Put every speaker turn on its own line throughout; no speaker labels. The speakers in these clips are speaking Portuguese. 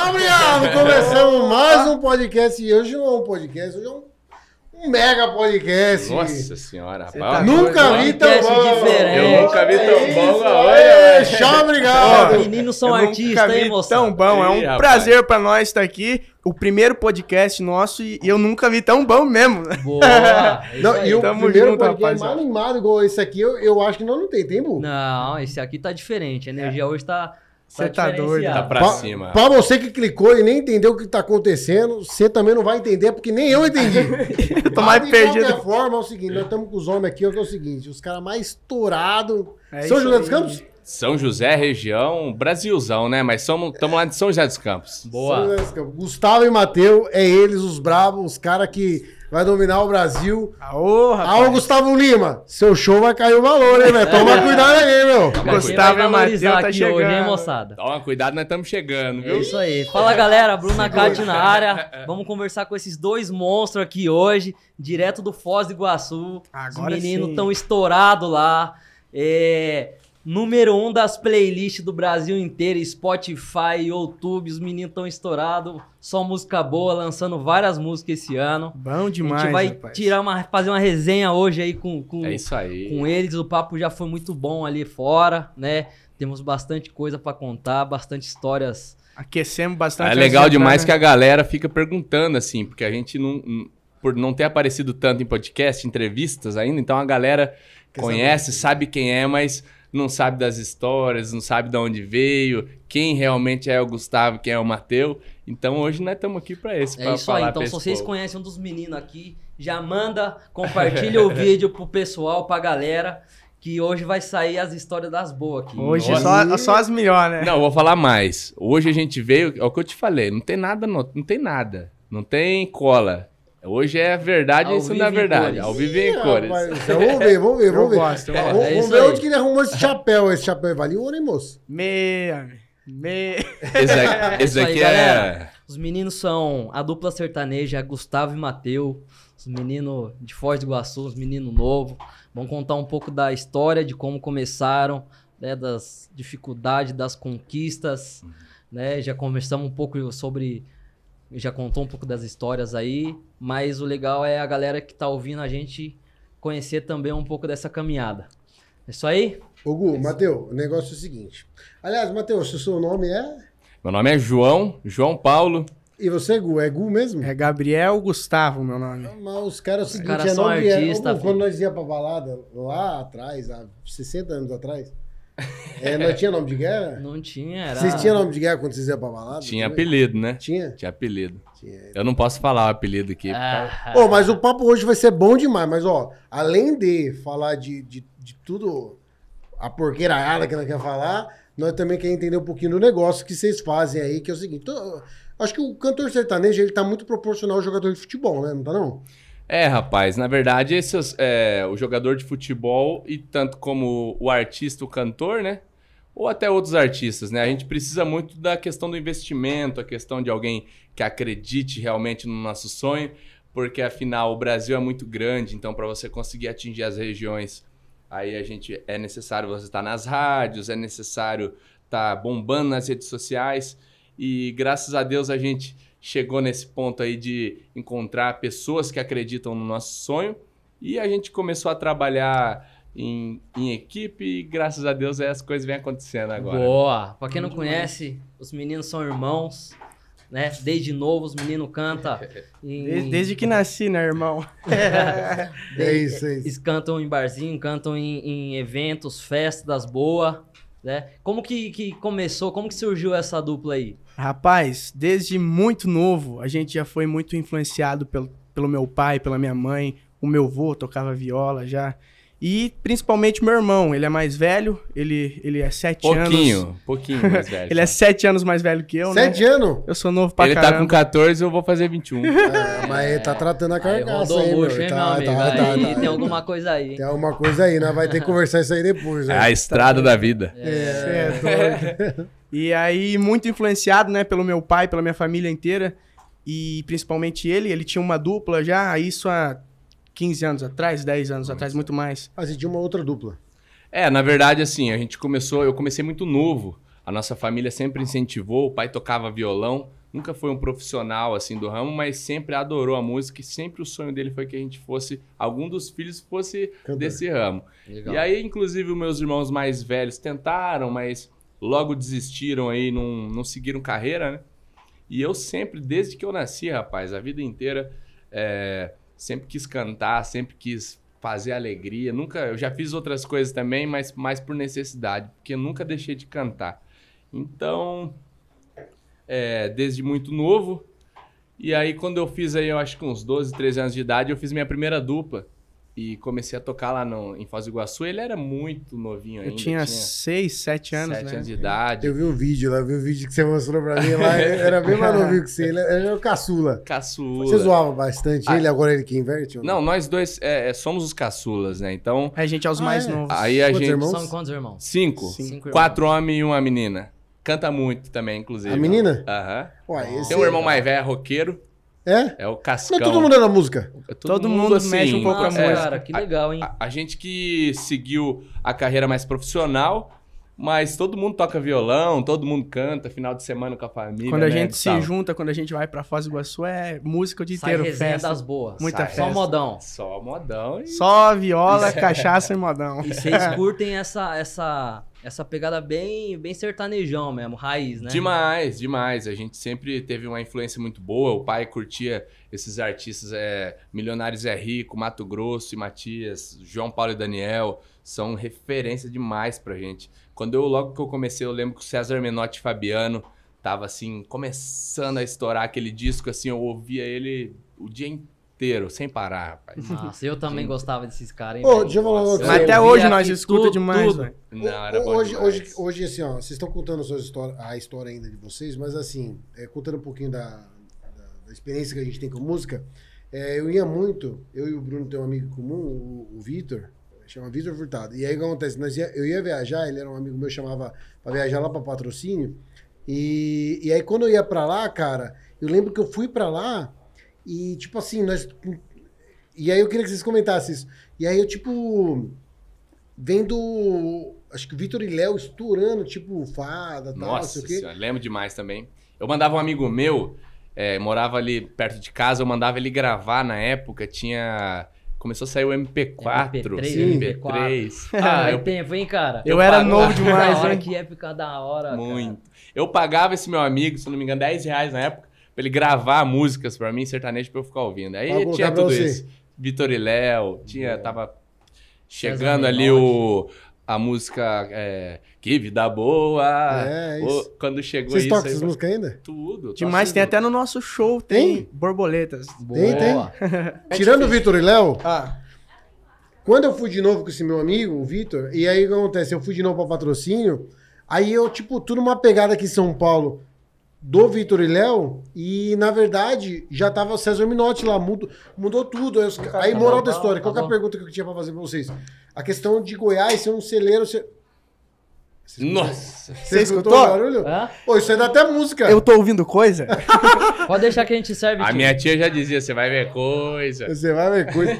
Salve, começamos mais um podcast. E hoje não é um podcast, hoje é um, um mega podcast.
Nossa senhora, rapaz.
tá
eu-
nunca vi tão
Podcast
bom.
diferente.
Eu nunca vi tão
É
bom
isso,
na
aê,
hora.
Tchau, obrigado.
Meninos
Eu
são
nunca
artistas,
vi
hein, moção?
Tão bom, é um
Ih, rapaz.
prazer pra nós estar aqui. O primeiro podcast nosso e eu nunca vi tão bom mesmo.
Boa! é isso
Não,
aí.
e o
Tamo
primeiro
junto,
podcast mais
rapaziada.
animado igual esse aqui, eu, eu acho que nós não tem, tem, Bu?
Não, esse aqui tá diferente. A energia hoje tá.
Cê tá doido.
diferenciada.
Tá pra
Pra,
cima.
pra você que clicou e nem entendeu o que tá acontecendo, você também não vai entender, porque nem eu entendi.
Eu tô
Mas,
mais
de
perdido.
qualquer forma, é o seguinte, nós estamos com os homens aqui, ó, que é o seguinte, os caras mais estourados.
É
São
isso
José dos
aí.
Campos?
São José, região, Brasilzão, né? Mas estamos lá de São José dos Campos.
São
Boa!
José dos Campos. né, Gustavo e Mateu, é eles os bravos, os caras que vai dominar o Brasil.
Aô,
Ah, o
rapaz.
Gustavo Lima, seu show vai cair o valor, hein, velho? Toma cuidado aí, meu.
Mas quem
Gustavo
vai
e Mateus
valorizar
tá
aqui hoje, hein,
chegando.
moçada?
Toma cuidado, nós estamos chegando,
É
viu?
isso aí. Fala galera, Bruna Cade na área. Vamos conversar com esses dois monstros aqui hoje, direto do Foz do Iguaçu. Os
Agora
meninos
sim.
tão estourado lá. É, número um das playlists do Brasil inteiro, Spotify, YouTube. Os meninos tão estourado. Só música boa, lançando várias músicas esse ano.
Bom demais,
a gente vai
rapaz.
tirar uma, fazer uma resenha hoje aí com, com,
É isso aí.
com eles. O papo já foi muito bom ali fora, né? Temos bastante coisa pra contar, bastante histórias.
Aquecemos bastante.
É legal demais
né?
que a galera fica perguntando, assim, porque a gente não. não- Por não ter aparecido tanto em podcast, entrevistas ainda, então a galera
Quer
conhece, sabe quem é, mas não sabe das histórias, não sabe de onde veio, quem realmente é o Gustavo, quem é o Mateu. Então hoje nós estamos aqui pra isso, pra
É isso
falar
aí.
pra
Então, se
esse
vocês
povo.
conhecem um dos meninos aqui, já manda, compartilha o vídeo pro pessoal, pra galera, que hoje vai sair as histórias das boas aqui.
Hoje
Nossa.
só, só as melhores, né?
Não, eu vou falar mais. Hoje a gente veio, é o que eu te falei, não tem nada, no- não tem nada. Não tem cola. Hoje é a verdade,
Ao
isso não é
vivo em
verdade.
cores.
Ao vivo em
Ah,
cores.
mas- então, vamos ver, vamos ver,
Eu
vamos ver.
gosto, eu
É,
gosto.
Vamos,
é
vamos
isso
ver
aí.
onde que ele arrumou esse chapéu. Esse chapéu é valioso, hein, moço?
Me, amigo. me.
Esse daqui, esse
É isso aí,
daqui
galera.
é.
Os meninos são a dupla sertaneja Gustavo e Mateu, os meninos de Foz do Iguaçu, os meninos novos. Vão contar um pouco da história, de como começaram, né, das dificuldades, das conquistas, né? Já conversamos um pouco sobre já contou um pouco das histórias aí, mas o legal é a galera que tá ouvindo a gente conhecer também um pouco dessa caminhada. É isso aí?
Ô, Gu, Mateu, o negócio é o seguinte. Aliás, Mateus, o seu nome é...
Meu nome é João, João Paulo.
E você, Gu, é Gu mesmo?
É Gabriel Gustavo, meu nome.
Mas os caras é o seguinte,
caras
é
são
nome é-
artista,
Ô, Gu, Quando
filho.
nós ia pra balada, lá atrás, há 60 anos atrás, é, não tinha nome de guerra?
Não tinha, era.
Vocês tinham nome de guerra quando vocês iam pra balada?
Tinha
também?
apelido, né?
Tinha?
Tinha apelido.
Tinha.
Eu não posso falar o apelido aqui.
Ah,
Ô, mas o papo hoje vai ser bom demais. Mas, ó, além de falar de, de, de tudo, a porqueiraiada que nós quer falar, nós também queremos entender um pouquinho do negócio que vocês fazem aí, que é o seguinte. tô- acho que o cantor sertanejo, ele tá muito proporcional ao jogador de futebol, né? Não tá, não?
É, rapaz, na verdade, esse é o jogador de futebol e tanto como o artista, o cantor, né? Ou até outros artistas, né? A gente precisa muito da questão do investimento, a questão de alguém que acredite realmente no nosso sonho, porque afinal o Brasil é muito grande, então para você conseguir atingir as regiões, aí a gente é necessário você estar nas rádios, é necessário estar bombando nas redes sociais. E graças a Deus a gente chegou nesse ponto aí de encontrar pessoas que acreditam no nosso sonho e a gente começou a trabalhar em, em equipe e graças a Deus aí as coisas vêm acontecendo agora.
Boa. Pra quem não conhece, os meninos são irmãos, né? Desde novo os meninos cantam em-
Desde, desde que nasci, né, irmão?
É isso, é isso.
Eles cantam em barzinho, cantam em, em eventos, festas boas, né? Como que, que começou, como que surgiu essa dupla aí?
Rapaz, desde muito novo, a gente já foi muito influenciado pelo, pelo meu pai, pela minha mãe. O meu avô tocava viola já. E principalmente meu irmão, ele é mais velho, ele, ele é sete anos.
Pouquinho, pouquinho mais velho.
Ele é sete anos mais velho que eu, né?
Sete anos?
Eu sou novo pra
Ele tá com
caramba.
14, eu vou fazer 21.
Ah, mas ele tá tratando a
Aí
carcaça
rodou
aí, meu.
roxo, hein,
Tá,
meu amigo?
tá, tá,
aí
tá.
tem alguma coisa aí, hein?
Tem alguma coisa aí, né? Vai ter que conversar isso aí depois,
É a
tá
né?
estrada da vida.
Cê é doido. e aí, muito influenciado, né, pelo meu pai, pela minha família inteira. E principalmente ele, ele tinha uma dupla já, isso há 15 anos atrás, 10 anos atrás, muito mais.
Ah, você tinha uma outra dupla.
É, na verdade, assim, a gente começou, eu comecei muito novo. A nossa família sempre incentivou, o pai tocava violão, nunca foi um profissional assim do ramo, mas sempre adorou a música e sempre o sonho dele foi que a gente fosse, algum dos filhos fosse
Cantor.
desse ramo.
Legal.
E aí, inclusive, os meus irmãos mais velhos tentaram, mas logo desistiram aí, não, não seguiram carreira, né? E eu sempre, desde que eu nasci, rapaz, a vida inteira, é, sempre quis cantar, sempre quis fazer alegria. Nunca, eu já fiz outras coisas também, mas mais por necessidade, porque eu nunca deixei de cantar. Então, é, desde muito novo. E aí, quando eu fiz aí, eu acho que uns 12, 13 anos de idade, eu fiz minha primeira dupla. E comecei a tocar lá no, em Foz do Iguaçu. Ele era muito novinho
Eu
ainda.
tinha 6, 7 anos,
sete
né?
anos de idade.
Eu vi um vídeo lá, eu vi um vídeo que você mostrou pra mim lá, era bem mais novinho que você, ele era o caçula.
Caçula.
Você zoava bastante
Ah.
ele, agora ele que inverte? ou
Não, nós dois é, é, somos os caçulas, né? Então,
Aí a gente é os
Ah,
mais
é?
novos.
aí a
Quantos
gente...
irmãos?
São quantos irmãos?
Cinco.
Cinco.
irmãos.
Quatro homens e uma menina. Canta muito também, inclusive.
A menina?
Aham.
Ué, esse...
Tem um irmão mais velho, é roqueiro.
É?
É o Cascão.
Mas todo mundo era música.
É
Todo mundo mexe um pouco a
Nossa,
música.
cara, que legal, hein?
A, a gente que seguiu a carreira mais profissional, mas todo mundo toca violão, todo mundo canta, final de semana com a família.
Quando a
né,
gente se
Gustavo?
junta, quando a gente vai pra Foz do Iguaçu, é música o dia
Sai
inteiro,
resenha
festa.
das boas.
Muita
Sai.
festa.
Só modão.
Só modão e...
Só viola, cachaça e modão.
E vocês curtem essa, essa, essa pegada bem, bem sertanejão mesmo, raiz, né?
Demais, demais. A gente sempre teve uma influência muito boa. O pai curtia esses artistas é, Milionários é Rico, Mato Grosso e Matias, João Paulo e Daniel. São referência demais pra gente. Quando eu, logo que eu comecei, eu lembro que o César Menotti e Fabiano tava assim, começando a estourar aquele disco, assim, eu ouvia ele o dia inteiro, sem parar, rapaz.
Nossa, eu também gostava desses caras, hein?
Ô,
velho?
deixa eu falar uma
Nossa,
coisa.
Mas
eu
até
ouvia
hoje nós
aqui
escuta
tudo,
demais,
tudo.
velho.
Não, era
Ho-
bom
hoje,
demais.
hoje, hoje, assim, ó, vocês estão contando suas histó- a história ainda de vocês, mas assim, é, contando um pouquinho da, da- da experiência que a gente tem com música, é, eu ia muito, eu e o Bruno tem um amigo em comum, o, o Vitor, chama Vitor Furtado. E aí o que acontece? Nós ia- eu ia viajar, ele era um amigo meu, chamava pra viajar lá pra patrocínio. E, e aí quando eu ia pra lá, cara, eu lembro que eu fui pra lá e, tipo assim, nós. E aí eu queria que vocês comentassem isso. E aí eu, tipo vendo. Acho que Vitor e Léo estourando, tipo, fada, tal, não
Nossa
sei o quê.
senhora, lembro demais também. Eu mandava um amigo meu, eh, morava ali perto de casa, eu mandava ele gravar na época, tinha. Começou a sair o MP4,
MP3,
sim, MP3. Ah,
Ai,
eu,
tempo, hein, cara?
Eu era
paro-
novo
da
demais,
hora
hein?
que época da hora, cara.
muito. Eu pagava esse meu amigo, se não me engano, 10 reais na época, pra ele gravar músicas pra mim, sertanejo, pra eu ficar ouvindo. Aí
Pagou,
tinha
Gabriel,
tudo
você?
isso. Vitor e Léo, tinha, tava chegando
É. César
ali o. A música eh, Que Vida Boa.
É,
O-
isso.
quando chegou
Vocês
Ah, isso.
tocam
aí
essas
foi-
músicas ainda?
Tudo.
Demais,
toca
tem
tudo.
até no nosso show, tem
Tem?
borboletas.
Tem,
Boa.
Tirando o Vitor e Léo,
Ah,
quando eu fui de novo com esse meu amigo, o Vitor, e aí o que acontece? Eu fui de novo pra patrocínio, aí eu, tipo, tudo uma pegada aqui em São Paulo do Vitor e Léo, e na verdade já tava o César Minotti lá, mudou, mudou tudo. Aí, os ca- aí, moral da história, qual que é a
acabou.
pergunta que eu tinha pra fazer pra vocês? A questão de Goiás ser um celeiro. Ser...
Nossa!
Você escutou
escutou?
o barulho?
Hã?
Pô, isso aí dá até música.
eu tô ouvindo coisa?
Pode deixar que a gente serve.
A
tio.
minha tia já dizia, você vai ver coisa.
Você vai ver coisa.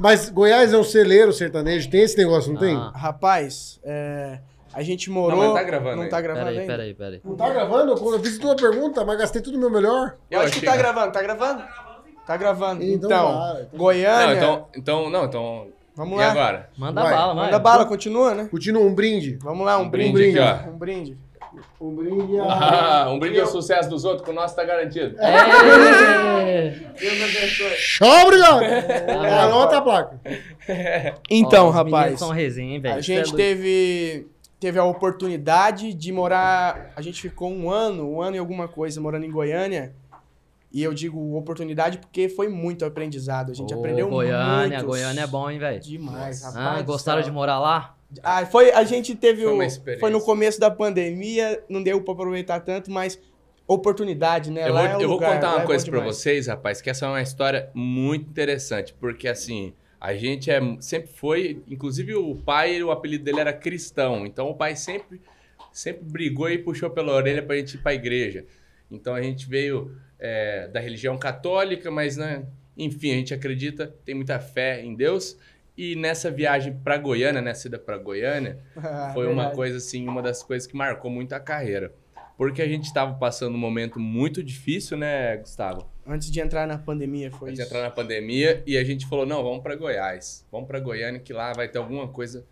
Mas Goiás é um celeiro sertanejo, tem esse negócio, não tem?
Ah.
Rapaz, é, a gente morou...
Não, mas tá gravando
Não
ainda.
tá gravando
Peraí,
ainda?
peraí, peraí.
Não tá gravando? Eu fiz tua pergunta, mas gastei tudo meu melhor.
Eu acho que
achei-
tá gravando, tá gravando? Tá gravando.
Então
Então,
vai, então-
Não,
Goiânia...
então, então, não, então...
Vamos
E
lá.
agora?
Manda
Vai,
bala,
Manda
vai.
bala, continua, né?
Continua um brinde.
Vamos lá, um,
Um
brinde.
brinde aqui, ó.
Um brinde.
Um brinde
Ah, um brinde ao sucesso dos outros, que o nosso tá garantido.
É.
Deus abençoe.
Show, obrigado! É, Anota a placa.
Então,
Ó, os meninos
rapaz,
São resenha, hein, velho.
a
Cê é
gente
doido.
teve, teve a oportunidade de morar. A gente ficou um ano, um ano e alguma coisa morando em Goiânia. E eu digo oportunidade porque foi muito aprendizado. A gente
Ô,
aprendeu
Goiânia,
muito.
Goiânia é bom, hein, velho.
Demais, rapaz.
Ah,
do
gostaram de
céu.
morar lá?
Ah, foi, a gente teve
Foi
o,
uma experiência.
foi no começo da pandemia, não deu pra aproveitar tanto, mas oportunidade, né?
Eu vou,
Lá é o
eu vou
lugar,
contar
lá é
uma
bom
coisa pra
demais.
vocês, rapaz, que essa é uma história muito interessante, porque assim, a gente é, sempre foi, inclusive o pai, o apelido dele era cristão, então o pai sempre, sempre brigou e puxou pela orelha pra gente ir pra igreja. Então a gente veio é, da religião católica, mas né, enfim, a gente acredita, tem muita fé em Deus. E nessa viagem pra Goiânia, nessa ida pra Goiânia,
Ah,
foi uma
verdade.
coisa assim, uma das coisas que marcou muito a carreira. Porque a gente estava passando um momento muito difícil, né, Gustavo?
Antes de entrar na pandemia, foi
Antes de
isso.
entrar na pandemia e a gente falou: não, vamos para Goiás. Vamos para Goiânia, que lá vai ter alguma coisa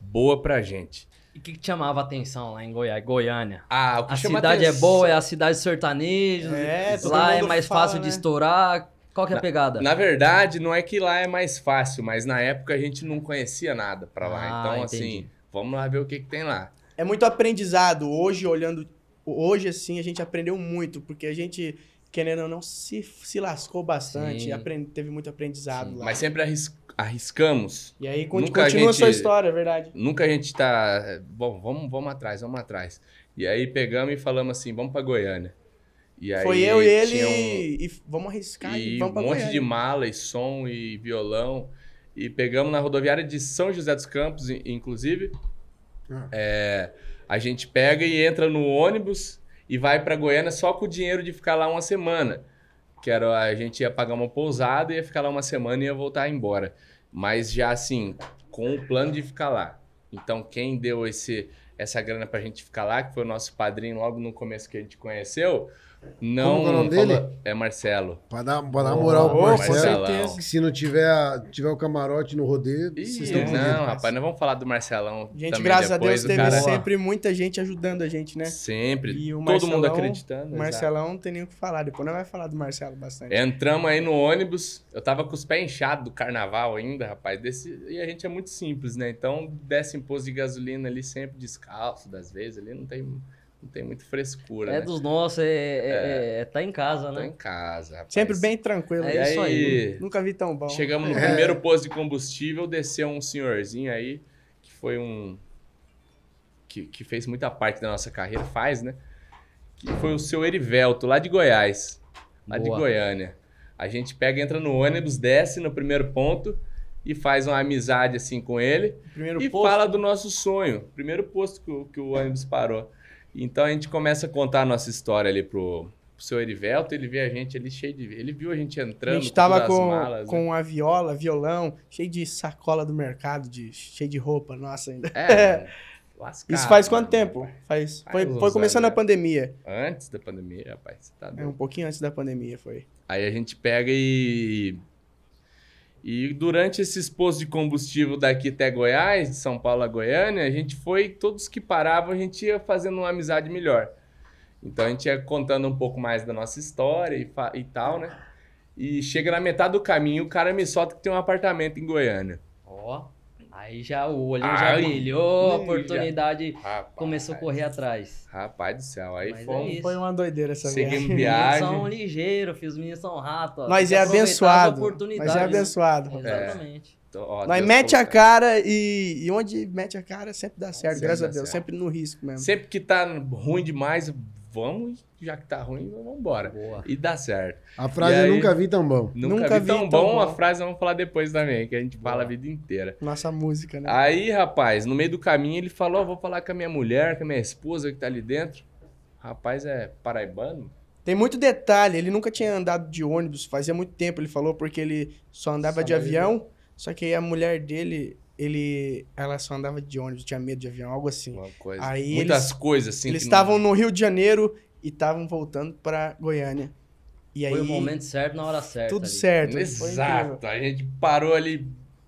boa pra gente.
E o que, que te chamava a atenção lá em Goiás? Goiânia.
Ah, o que
A
chama
cidade é
atenção-
boa, é a cidade sertaneja.
É, todo
lá é
mundo
mais
fala,
fácil de
né?
estourar. Qual que é a pegada?
Na verdade, não é que lá é mais fácil, mas na época a gente não conhecia nada pra lá.
Ah,
então,
entendi.
assim, vamos lá ver o que, que tem lá.
É muito aprendizado. Hoje, olhando. Hoje, assim, a gente aprendeu muito, porque a gente, querendo ou não, se, se lascou bastante.
Sim.
aprend- Teve muito aprendizado lá.
Mas sempre arris- arriscamos.
E aí conti-
Nunca a
continua a sua
gente-
história, é verdade.
Nunca a gente tá. eh, Bom, vamos, vamos atrás, vamos atrás. E aí pegamos e falamos assim: vamos pra Goiânia. E aí
Foi eu e ele
tinha um-
e f- vamos arriscar e,
E um
vamos pra
monte
Goiânia.
de mala e som e violão. E pegamos na rodoviária de São José dos Campos, i- inclusive.
Ah.
É, a gente pega e entra no ônibus e vai pra Goiânia só com o dinheiro de ficar lá uma semana. Que era, a gente ia pagar uma pousada, ia ficar lá uma semana e ia voltar embora. Mas já assim, com o plano de ficar lá. Então, quem deu esse, essa grana pra gente ficar lá, que foi o nosso padrinho logo no começo que a gente conheceu, não.
Como que é o nome
falou-
dele?
É Marcelo.
Pra dar, pra dar
Ô,
moral pro
Ô, com
Marcelo.
certeza.
Que se não tiver, a- tiver o camarote no rodeio,
Ih,
vocês estão
é.
não,
fodidos.
rapaz, nós vamos falar do Marcelão.
Gente,
também
graças
depois,
a Deus,
o
teve
cara- é
sempre muita gente ajudando a gente, né?
Sempre.
E o
todo
Marcelão-
mundo acreditando.
O
Marcelo.
Marcelão não tem nem o que falar, depois nós vai falar do Marcelo
É,
bastante.
Entramos aí no ônibus, eu tava com os pés inchados do carnaval ainda, rapaz. desse- e a gente é muito simples, né? Então, desce em posto de gasolina ali sempre descalço, das vezes ali, não tem, não tem muito frescura.
É
né? Então,
dos nossos, é, é, é- é- tá em casa,
Tô
né?
em casa, rapaz.
Sempre bem tranquilo.
É
E
isso
aí,
Nunca vi tão bom.
Chegamos no
É.
primeiro posto de combustível, desceu um senhorzinho aí, que foi um. Que, que fez muita parte da nossa carreira, faz, né? Que foi o seu Erivelto, lá de Goiás. Lá de
Boa.
Goiânia. A gente pega, entra no ônibus, desce no primeiro ponto e faz uma amizade assim com ele
Primeiro
e
posto.
fala do nosso sonho. Primeiro posto que, o- que o ônibus parou. Então a gente começa a contar a nossa história ali pro, pro seu Erivelto, ele vê a gente ali cheio de. Ele viu a gente entrando.
A gente
com
tava
todas as
com,
malas, né?
com a viola, violão, cheio de sacola do mercado, de, cheio de roupa, nossa, ainda.
É. lascado,
Isso faz
mano.
quanto tempo? Faz,
Faz
foi
uns
foi começando a
anos, né?
pandemia.
Antes da pandemia, rapaz. Você tá
É,
doido.
um pouquinho antes da pandemia foi.
Aí a gente pega e. E durante esses postos de combustível daqui até Goiás, de São Paulo a Goiânia, a gente foi, todos que paravam, a gente ia fazendo uma amizade melhor. Então a gente ia contando um pouco mais da nossa história e, fa- e tal, né? E chega na metade do caminho, o cara me solta que tem um apartamento em Goiânia.
Ó, aí já o olhinho já
Ai,
brilhou, a
brilha.
oportunidade
Rapaz,
começou a correr atrás.
Rapaz do céu, aí
Mas é
fomos.
Isso.
Foi uma doideira essa
Seguimos
viagem.
Os meninos são
viagem.
ligeiros, filho, os meninos são rato. ó. Tem
Nós
que
é
aproveitar as
abençoado. Nós
oportunidades,
é
né?
abençoado.
Exatamente.
Ó,
Nós
Deus
mete a
colocou.
cara e, e onde mete a cara sempre dá certo,
Sempre
graças a
dá
Deus.
certo.
Sempre no risco mesmo.
Sempre que tá ruim demais, vamos, já que tá ruim, vamos embora.
Boa.
E dá certo.
A frase
E aí-
eu nunca vi tão bom.
Nunca, vi, tão, bom, a frase, vamos falar depois também, que a gente fala a vida inteira.
Nossa música, né?
Aí, rapaz, no meio do caminho ele falou, ó, vou falar com a minha mulher, com a minha esposa que tá ali dentro. Rapaz, é paraibano?
Tem muito detalhe, ele nunca tinha andado de ônibus, fazia muito tempo, ele falou, porque ele só andava de
Sabe,
avião, só que aí a mulher dele, ele, ela só andava de ônibus, tinha medo de avião, algo assim.
Uma coisa.
Aí
Muitas
eles-
coisas assim.
Eles
que não-
estavam no Rio de Janeiro e estavam voltando pra Goiânia. E aí,
Foi o momento certo na hora certa.
tudo
ali.
certo. Foi incrível.
Exato. A gente parou ali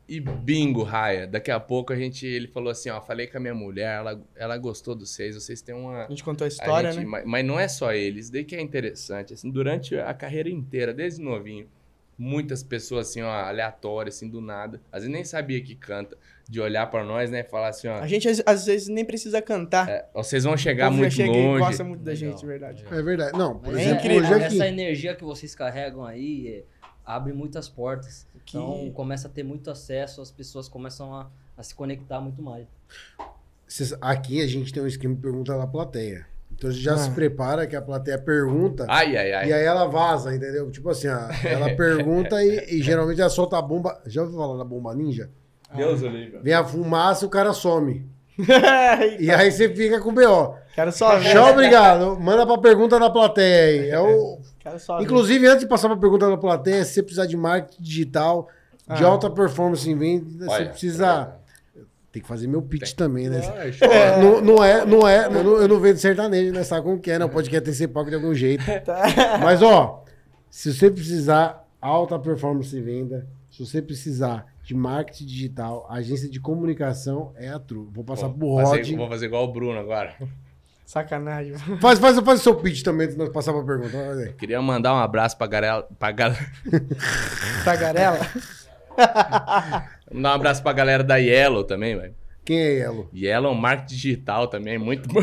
e bingo, raia. Daqui a pouco a gente, ele falou assim, ó, falei com a minha mulher, ela, ela gostou dos seis, vocês têm uma...
A gente contou
A
a história,
gente-
né?
mas, mas não é só eles, daí que é interessante. Assim, durante a carreira inteira, desde novinho, muitas pessoas assim, ó, aleatórias, assim, do nada. Às vezes nem sabia que canta, de olhar pra nós, né? e Falar assim, ó,
A gente às, às vezes nem precisa cantar.
é, vocês vão chegar
O povo já
muito
chega e
longe.
gosta muito da
Legal,
gente, de verdade.
legal.
É verdade. Não, por
Mas
É
exemplo,
incrível.
hoje
Essa
aqui.
energia que vocês carregam aí é, abre muitas portas.
Que-
Então começa a ter muito acesso, as pessoas começam a, a se conectar muito mais.
cês- Aqui a gente tem um esquema de pergunta da plateia. Então você já
Ah.
se prepara que a plateia pergunta
Ai, ai,
e
ai.
aí ela vaza, entendeu? Tipo assim, ó, ela pergunta e, e geralmente ela solta a bomba. Já ouviu falar da bomba ninja?
Deus o livre.
Vem a fumaça e o cara some.
Ai,
E aí você fica com o B.O.
Quero só ver.
Tchau, obrigado. Manda pra pergunta da plateia aí. É o,
né? Quero só ver.
Inclusive, antes de passar para a pergunta da plateia, se você precisar de marketing digital, de
Ah.
alta performance em venda, você
Olha, é.
precisa Tem que fazer meu pitch também, né?
Lógico.
Não, não é, não é, eu não, eu não vendo sertanejo, né? Sabe como que é, né? O podcast tem que ser palco de algum jeito. Mas, ó, se você precisar alta performance em venda, se você precisar de marketing digital, agência de comunicação é a Tru. Vou passar pro
Vou fazer-
Rod.
Vou fazer igual o Bruno agora.
Sacanagem.
Faz, faz, faz o seu pitch também, antes de nós passar pra pergunta. Vai fazer.
Queria mandar um abraço pra galera. Pra gal...
Tagarela?
Mandar um abraço pra galera da Yellow também, velho.
Quem é Elo?
Yellow é um marketing digital também, muito bom.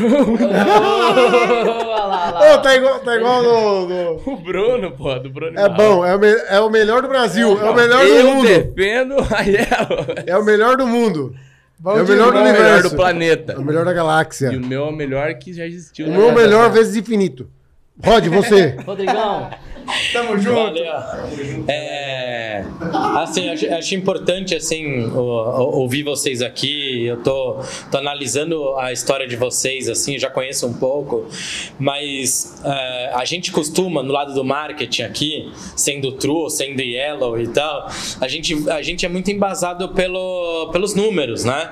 Olha lá, olha lá.
Ô, tá igual, tá igual no, no-
o Bruno, pô, do Bruno.
É bom, é o, me- é o melhor do Brasil, é o melhor
eu
do mundo.
defendo a Yellow. velho.
É o melhor do mundo.
Bom
É o
dia,
melhor
O
do
bom.
universo.
melhor do planeta.
É o melhor da galáxia.
E é o meu é o melhor que já existiu.
O
na
meu
minha
melhor
vida.
vezes infinito. Rod, você.
Rodrigão,
Tamo junto.
Valeu. É, assim, acho, acho importante assim o- o- ouvir vocês aqui. Eu tô, tô analisando a história de vocês assim, já conheço um pouco, mas é, a gente costuma no lado do marketing aqui, sendo true, sendo yellow e tal, a gente a gente é muito embasado pelo, pelos números, né?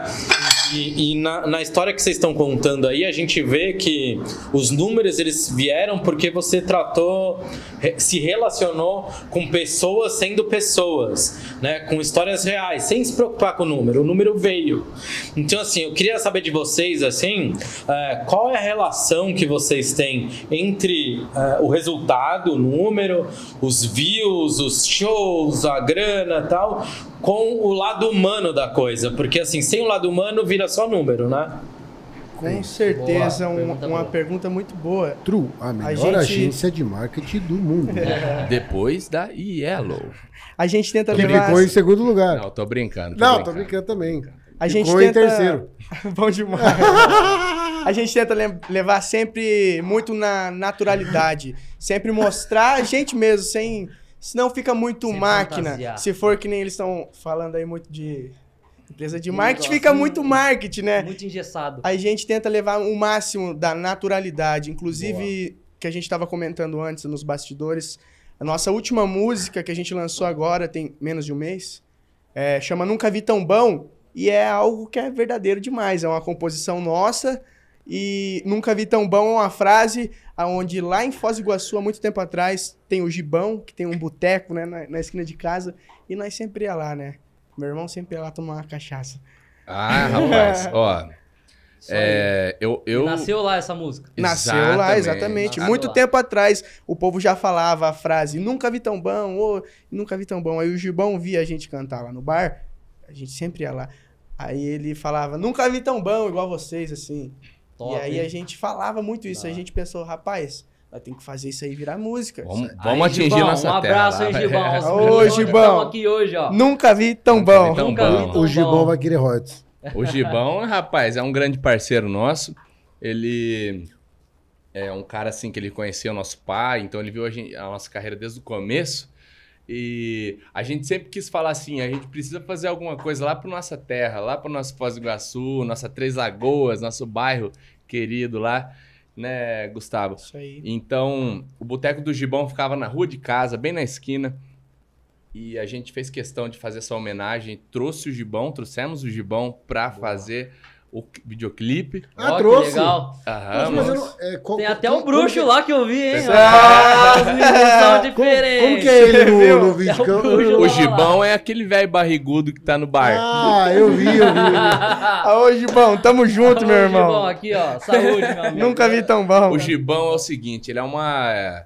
E, e na, na história que vocês estão contando aí, a gente vê que os números eles vieram porque você tratou, re- se relacionou com pessoas sendo pessoas, né? Com histórias reais, sem se preocupar com o número. O número veio. Então, assim, eu queria saber de vocês, assim, eh, qual é a relação que vocês têm entre eh, o resultado, o número, os views, os shows, a grana e tal, com o lado humano da coisa. Porque, assim, sem o lado humano vira só número, né?
Com certeza,
Boa,
um-
pergunta
uma
boa.
pergunta muito boa.
True, a melhor
gente-
agência de marketing do mundo.
É, Depois da Yellow.
A gente tenta
Que
levar.
ficou em segundo lugar.
Não, tô brincando.
É. Não, tô brincando também.
A gente
ficou em
tenta...
terceiro.
Bom demais. A gente tenta lem- levar sempre muito na naturalidade. Sempre mostrar a gente mesmo, sem. Senão fica muito
Sem
máquina.
fantasiar.
Se for que nem eles estão falando aí muito de empresa de
Um
marketing,
negócio
fica muito
muito-
marketing, né?
muito engessado.
A gente tenta levar o máximo da naturalidade, inclusive que a gente estava comentando antes nos bastidores. A nossa última música que a gente lançou agora, tem menos de um mês, é, chama Nunca Vi Tão Bom e é algo que é verdadeiro demais. É uma composição nossa e Nunca Vi Tão Bom é uma frase onde lá em Foz do Iguaçu, há muito tempo atrás, tem o Gibão, que tem um boteco né, na, na esquina de casa e nós sempre ia lá, né? Meu irmão sempre ia lá tomar uma cachaça.
Ah, rapaz,
É.
ó.
Isso aí.
é, eu, eu...
Nasceu lá essa música.
Nasceu lá, exatamente.
Nasceu
Muito
lá.
tempo atrás, o povo já falava a frase nunca vi tão bom, ô, nunca vi tão bom. Aí o Gibão via a gente cantar lá no bar, a gente sempre ia lá. Aí ele falava, nunca vi tão bom igual vocês, assim.
Top,
e aí
hein?
a gente falava muito isso.
Tá.
A gente pensou, rapaz, nós temos que fazer isso aí virar música.
Vamos,
Aí,
vamos atingir
Gibão,
nossa né?
Um abraço,
terra.
hein, Gibão. Os
Ô,
meninos que
Gibão.
tão aqui hoje, ó.
Nunca vi tão
Nunca vi
bom.
tão
Nunca vi
bom.
tão
O Gibão
Tá bom.
vai querer Rods.
O Gibão, rapaz, é um grande parceiro nosso. Ele é um cara assim que ele conheceu nosso pai, então ele viu a, gente- a nossa carreira desde o começo. E a gente sempre quis falar assim, a gente precisa fazer alguma coisa lá para nossa terra, lá para nosso Foz do Iguaçu, nossa Três Lagoas, nosso bairro querido lá, né, Gustavo?
Isso aí.
Então, o Boteco do Gibão ficava na rua de casa, bem na esquina. E a gente fez questão de fazer essa homenagem. Trouxe o Gibão, trouxemos o Gibão pra fazer o c- videoclipe.
Ah,
Ó, que
trouxe.
legal.
Aham,
Mas eu
mano.
não- é, qual-
Tem
qual-
até
como-
o bruxo
como
lá que eu vi, hein?
Pessoal.
Ah, Os meninos são
que- Como, como
diferentes.
que é ele
Viu?
no, no vídeo?
É o
Que eu-
bruxo
eu-
O
lá.
Gibão é aquele velho barrigudo que tá no bar.
Ah, eu vi, eu vi, eu vi.
Ô, Gibão, tamo junto, meu
Ô,
irmão.
Gibão, aqui, ó. Saúde, meu amigo.
Nunca vi tão bom.
O Gibão é o seguinte, ele é uma...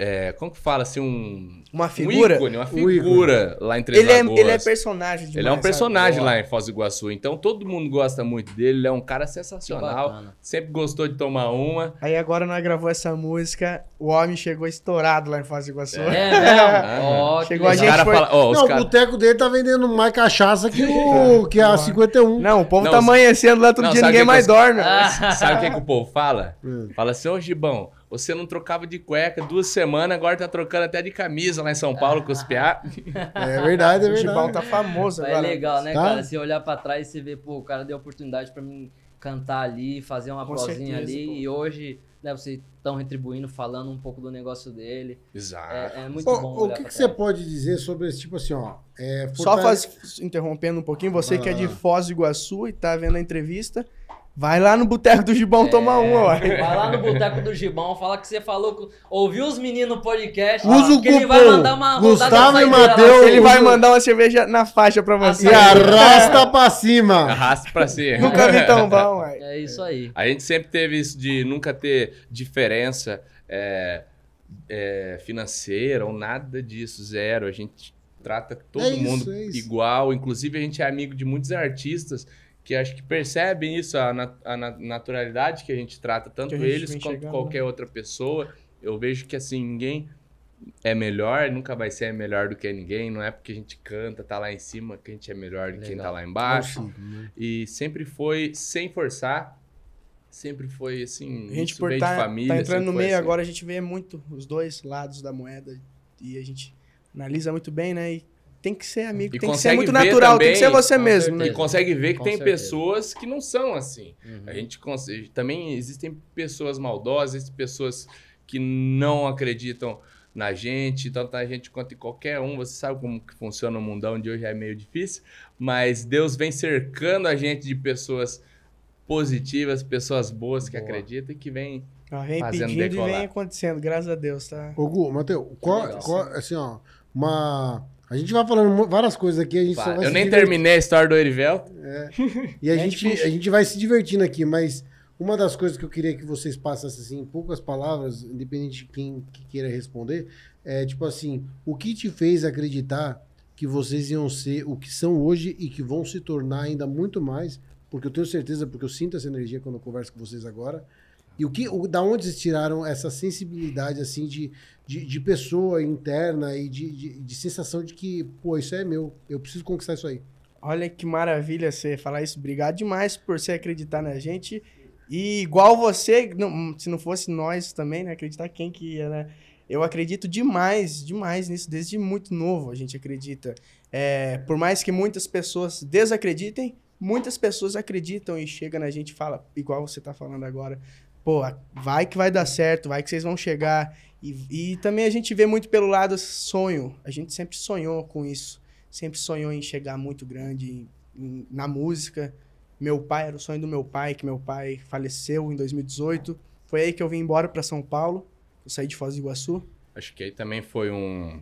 é, como que fala assim? Um,
Uma
um
figura.
ícone, uma
ícone.
figura lá em Três
ele, é,
Lagoas.
ele é personagem demais,
Ele é um
sabe?
personagem lá em Foz do Iguaçu, então todo mundo gosta muito dele, ele é um cara
Que
sensacional,
bacana.
sempre gostou de tomar uma.
Aí agora nós gravou essa música, o homem chegou estourado lá em Foz do Iguaçu.
É mesmo?
Aham.
Ó, que
Chegou a
Os
legal.
gente
caras
foi-
falam, ó, os
Não, o
cara-
boteco dele tá vendendo mais cachaça que, o,
É.
que a 51.
Não, o povo
Não,
tá amanhecendo lá todo
não,
dia,
sabe
ninguém
o que
mais
que eu-
dorme.
Ah.
sabe o que, que o povo fala?
Hum.
Fala assim, ô Gibão, você não trocava de cueca duas semanas, agora tá trocando até de camisa lá em São Paulo com os piá.
É verdade, é
o Gibão
verdade.
tá famoso
É
agora.
legal, né,
Tá?
cara? Se olhar pra trás e você ver, pô, o cara deu oportunidade pra mim cantar ali, fazer uma
Com
prozinha
certeza,
ali.
pô.
E hoje né, vocês estão retribuindo, falando um pouco do negócio dele.
Exato.
É, é muito
Ô, ô,
bom.
Ah. o
olhar
que,
pra
que você
trás.
pode dizer sobre esse tipo assim, ó? É,
né, Só
fortale-
faz, interrompendo um pouquinho, você
Vai
que é
lá,
de
vai lá.
Foz do Iguaçu e tá vendo a entrevista, vai lá no Boteco do Gibão tomar um, uma, ué.
É,
é.
Vai lá no Boteco do Gibão, fala que você falou, com- ouviu os meninos no podcast,
Usa o
que ele vai
cupom
mandar uma
Gustavo
rodada
e
saideira lá.
Mateus.
Ele vai
uso-
mandar uma cerveja na faixa pra
Ah,
você.
E arrasta pra cima.
Arrasta pra cima.
Nunca vi tão bom, ué.
É isso aí.
A gente sempre teve isso de nunca ter diferença é, é, financeira ou nada disso, zero. A gente trata todo
É isso,
mundo
é isso.
igual. Inclusive, a gente é amigo de muitos artistas que acho que percebem isso, a, na- a na- naturalidade que a gente trata, tanto
Que a gente
eles
vem
quanto
chegando, né?
qualquer outra pessoa. Eu vejo que assim, ninguém é melhor, nunca vai ser melhor do que ninguém. Não é porque a gente canta, tá lá em cima, que a gente é melhor do que quem
Legal.
tá lá embaixo. E sempre foi sem forçar. Sempre foi assim.
A gente
isso
por
veio
tá,
de família.
tá entrando
sempre
no
foi
meio
assim.
agora, a gente vê muito os dois lados da moeda e a gente analisa muito bem, né? E tem que ser amigo,
E
tem que ser muito
consegue ver
natural, tem que
também,
ser você
com
mesmo, né?
E consegue ver que
Com
tem
certeza.
pessoas que não são assim.
Uhum.
A gente consegue. Também existem pessoas maldosas, pessoas que não acreditam na gente, tanto na gente quanto em qualquer um. Você sabe como que funciona o mundão de hoje, é meio difícil, mas Deus vem cercando a gente de pessoas positivas, pessoas boas que
Boa.
acreditam e que vem
Ó, vem
Fazendo
pedindo e
decolar.
vem acontecendo, graças a Deus, tá?
Ô, Gu, Matheus, qual,
Legal.
qual- assim, ó, uma... A gente vai falando mu- várias coisas aqui, a gente só
Vai,
vai
Eu
se
nem
divertir.
terminei a história do Erivel.
E a,
É
gente,
difícil.
a gente vai se divertindo aqui, mas uma das coisas que eu queria que vocês passassem assim, em poucas palavras, independente de quem que queira responder, é tipo assim, o que te fez acreditar que vocês iam ser o que são hoje e que vão se tornar ainda muito mais? Porque eu tenho certeza, porque eu sinto essa energia quando eu converso com vocês agora. E o que, o, da onde vocês tiraram essa sensibilidade assim de, de, de pessoa interna e de, de, de sensação de que, pô, isso é meu, eu preciso conquistar isso aí.
Olha que maravilha você falar isso. Obrigado demais por você acreditar na gente. E igual você, não- se não fosse nós também, né? Acreditar quem que ia, né? Eu acredito demais, demais nisso, desde muito novo a gente acredita. É, por mais que muitas pessoas desacreditem, muitas pessoas acreditam e chega na gente e fala, igual você tá falando agora, pô, vai que vai dar certo, vai que vocês vão chegar. E, e também a gente vê muito pelo lado sonho. A gente sempre sonhou com isso sempre sonhou em chegar muito grande em- em- na música. Meu pai, era o sonho do meu pai, que meu pai faleceu em 2018. Foi aí que eu vim embora para São Paulo. Eu saí de Foz do Iguaçu.
Acho que aí também foi um.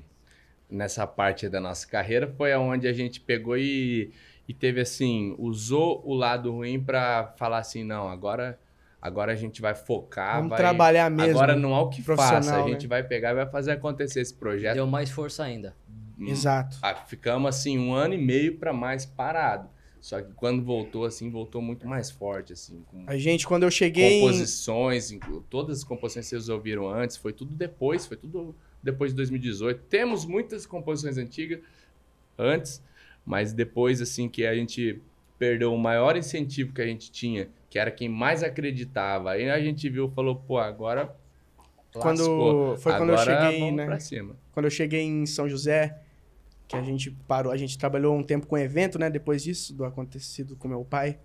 Nessa parte da nossa carreira foi aonde a gente pegou e, e teve assim, usou o lado ruim pra falar assim, não, agora agora a gente vai focar,
Vamos
Ah, vai
trabalhar mesmo.
agora não há o que
profissional,
faça, a
né?
gente vai pegar e vai fazer acontecer esse projeto.
Deu mais força ainda.
Exato.
Ah, ficamos assim um ano e meio pra mais parado. Só que quando voltou assim, voltou muito mais forte assim, com
A gente, quando eu cheguei. em-
composições, inclu- todas as composições que vocês ouviram antes, foi tudo depois, foi tudo depois de 2018. Temos muitas composições antigas antes, mas depois assim que a gente perdeu o maior incentivo que a gente tinha, que era quem mais acreditava. Aí a gente viu, falou, pô, agora lascou.
Quando, foi quando eu
agora
cheguei,
vamos
né?
pra cima.
Quando eu cheguei em São José, que a gente parou, a gente trabalhou um tempo com evento, né? Depois disso, do acontecido com meu pai.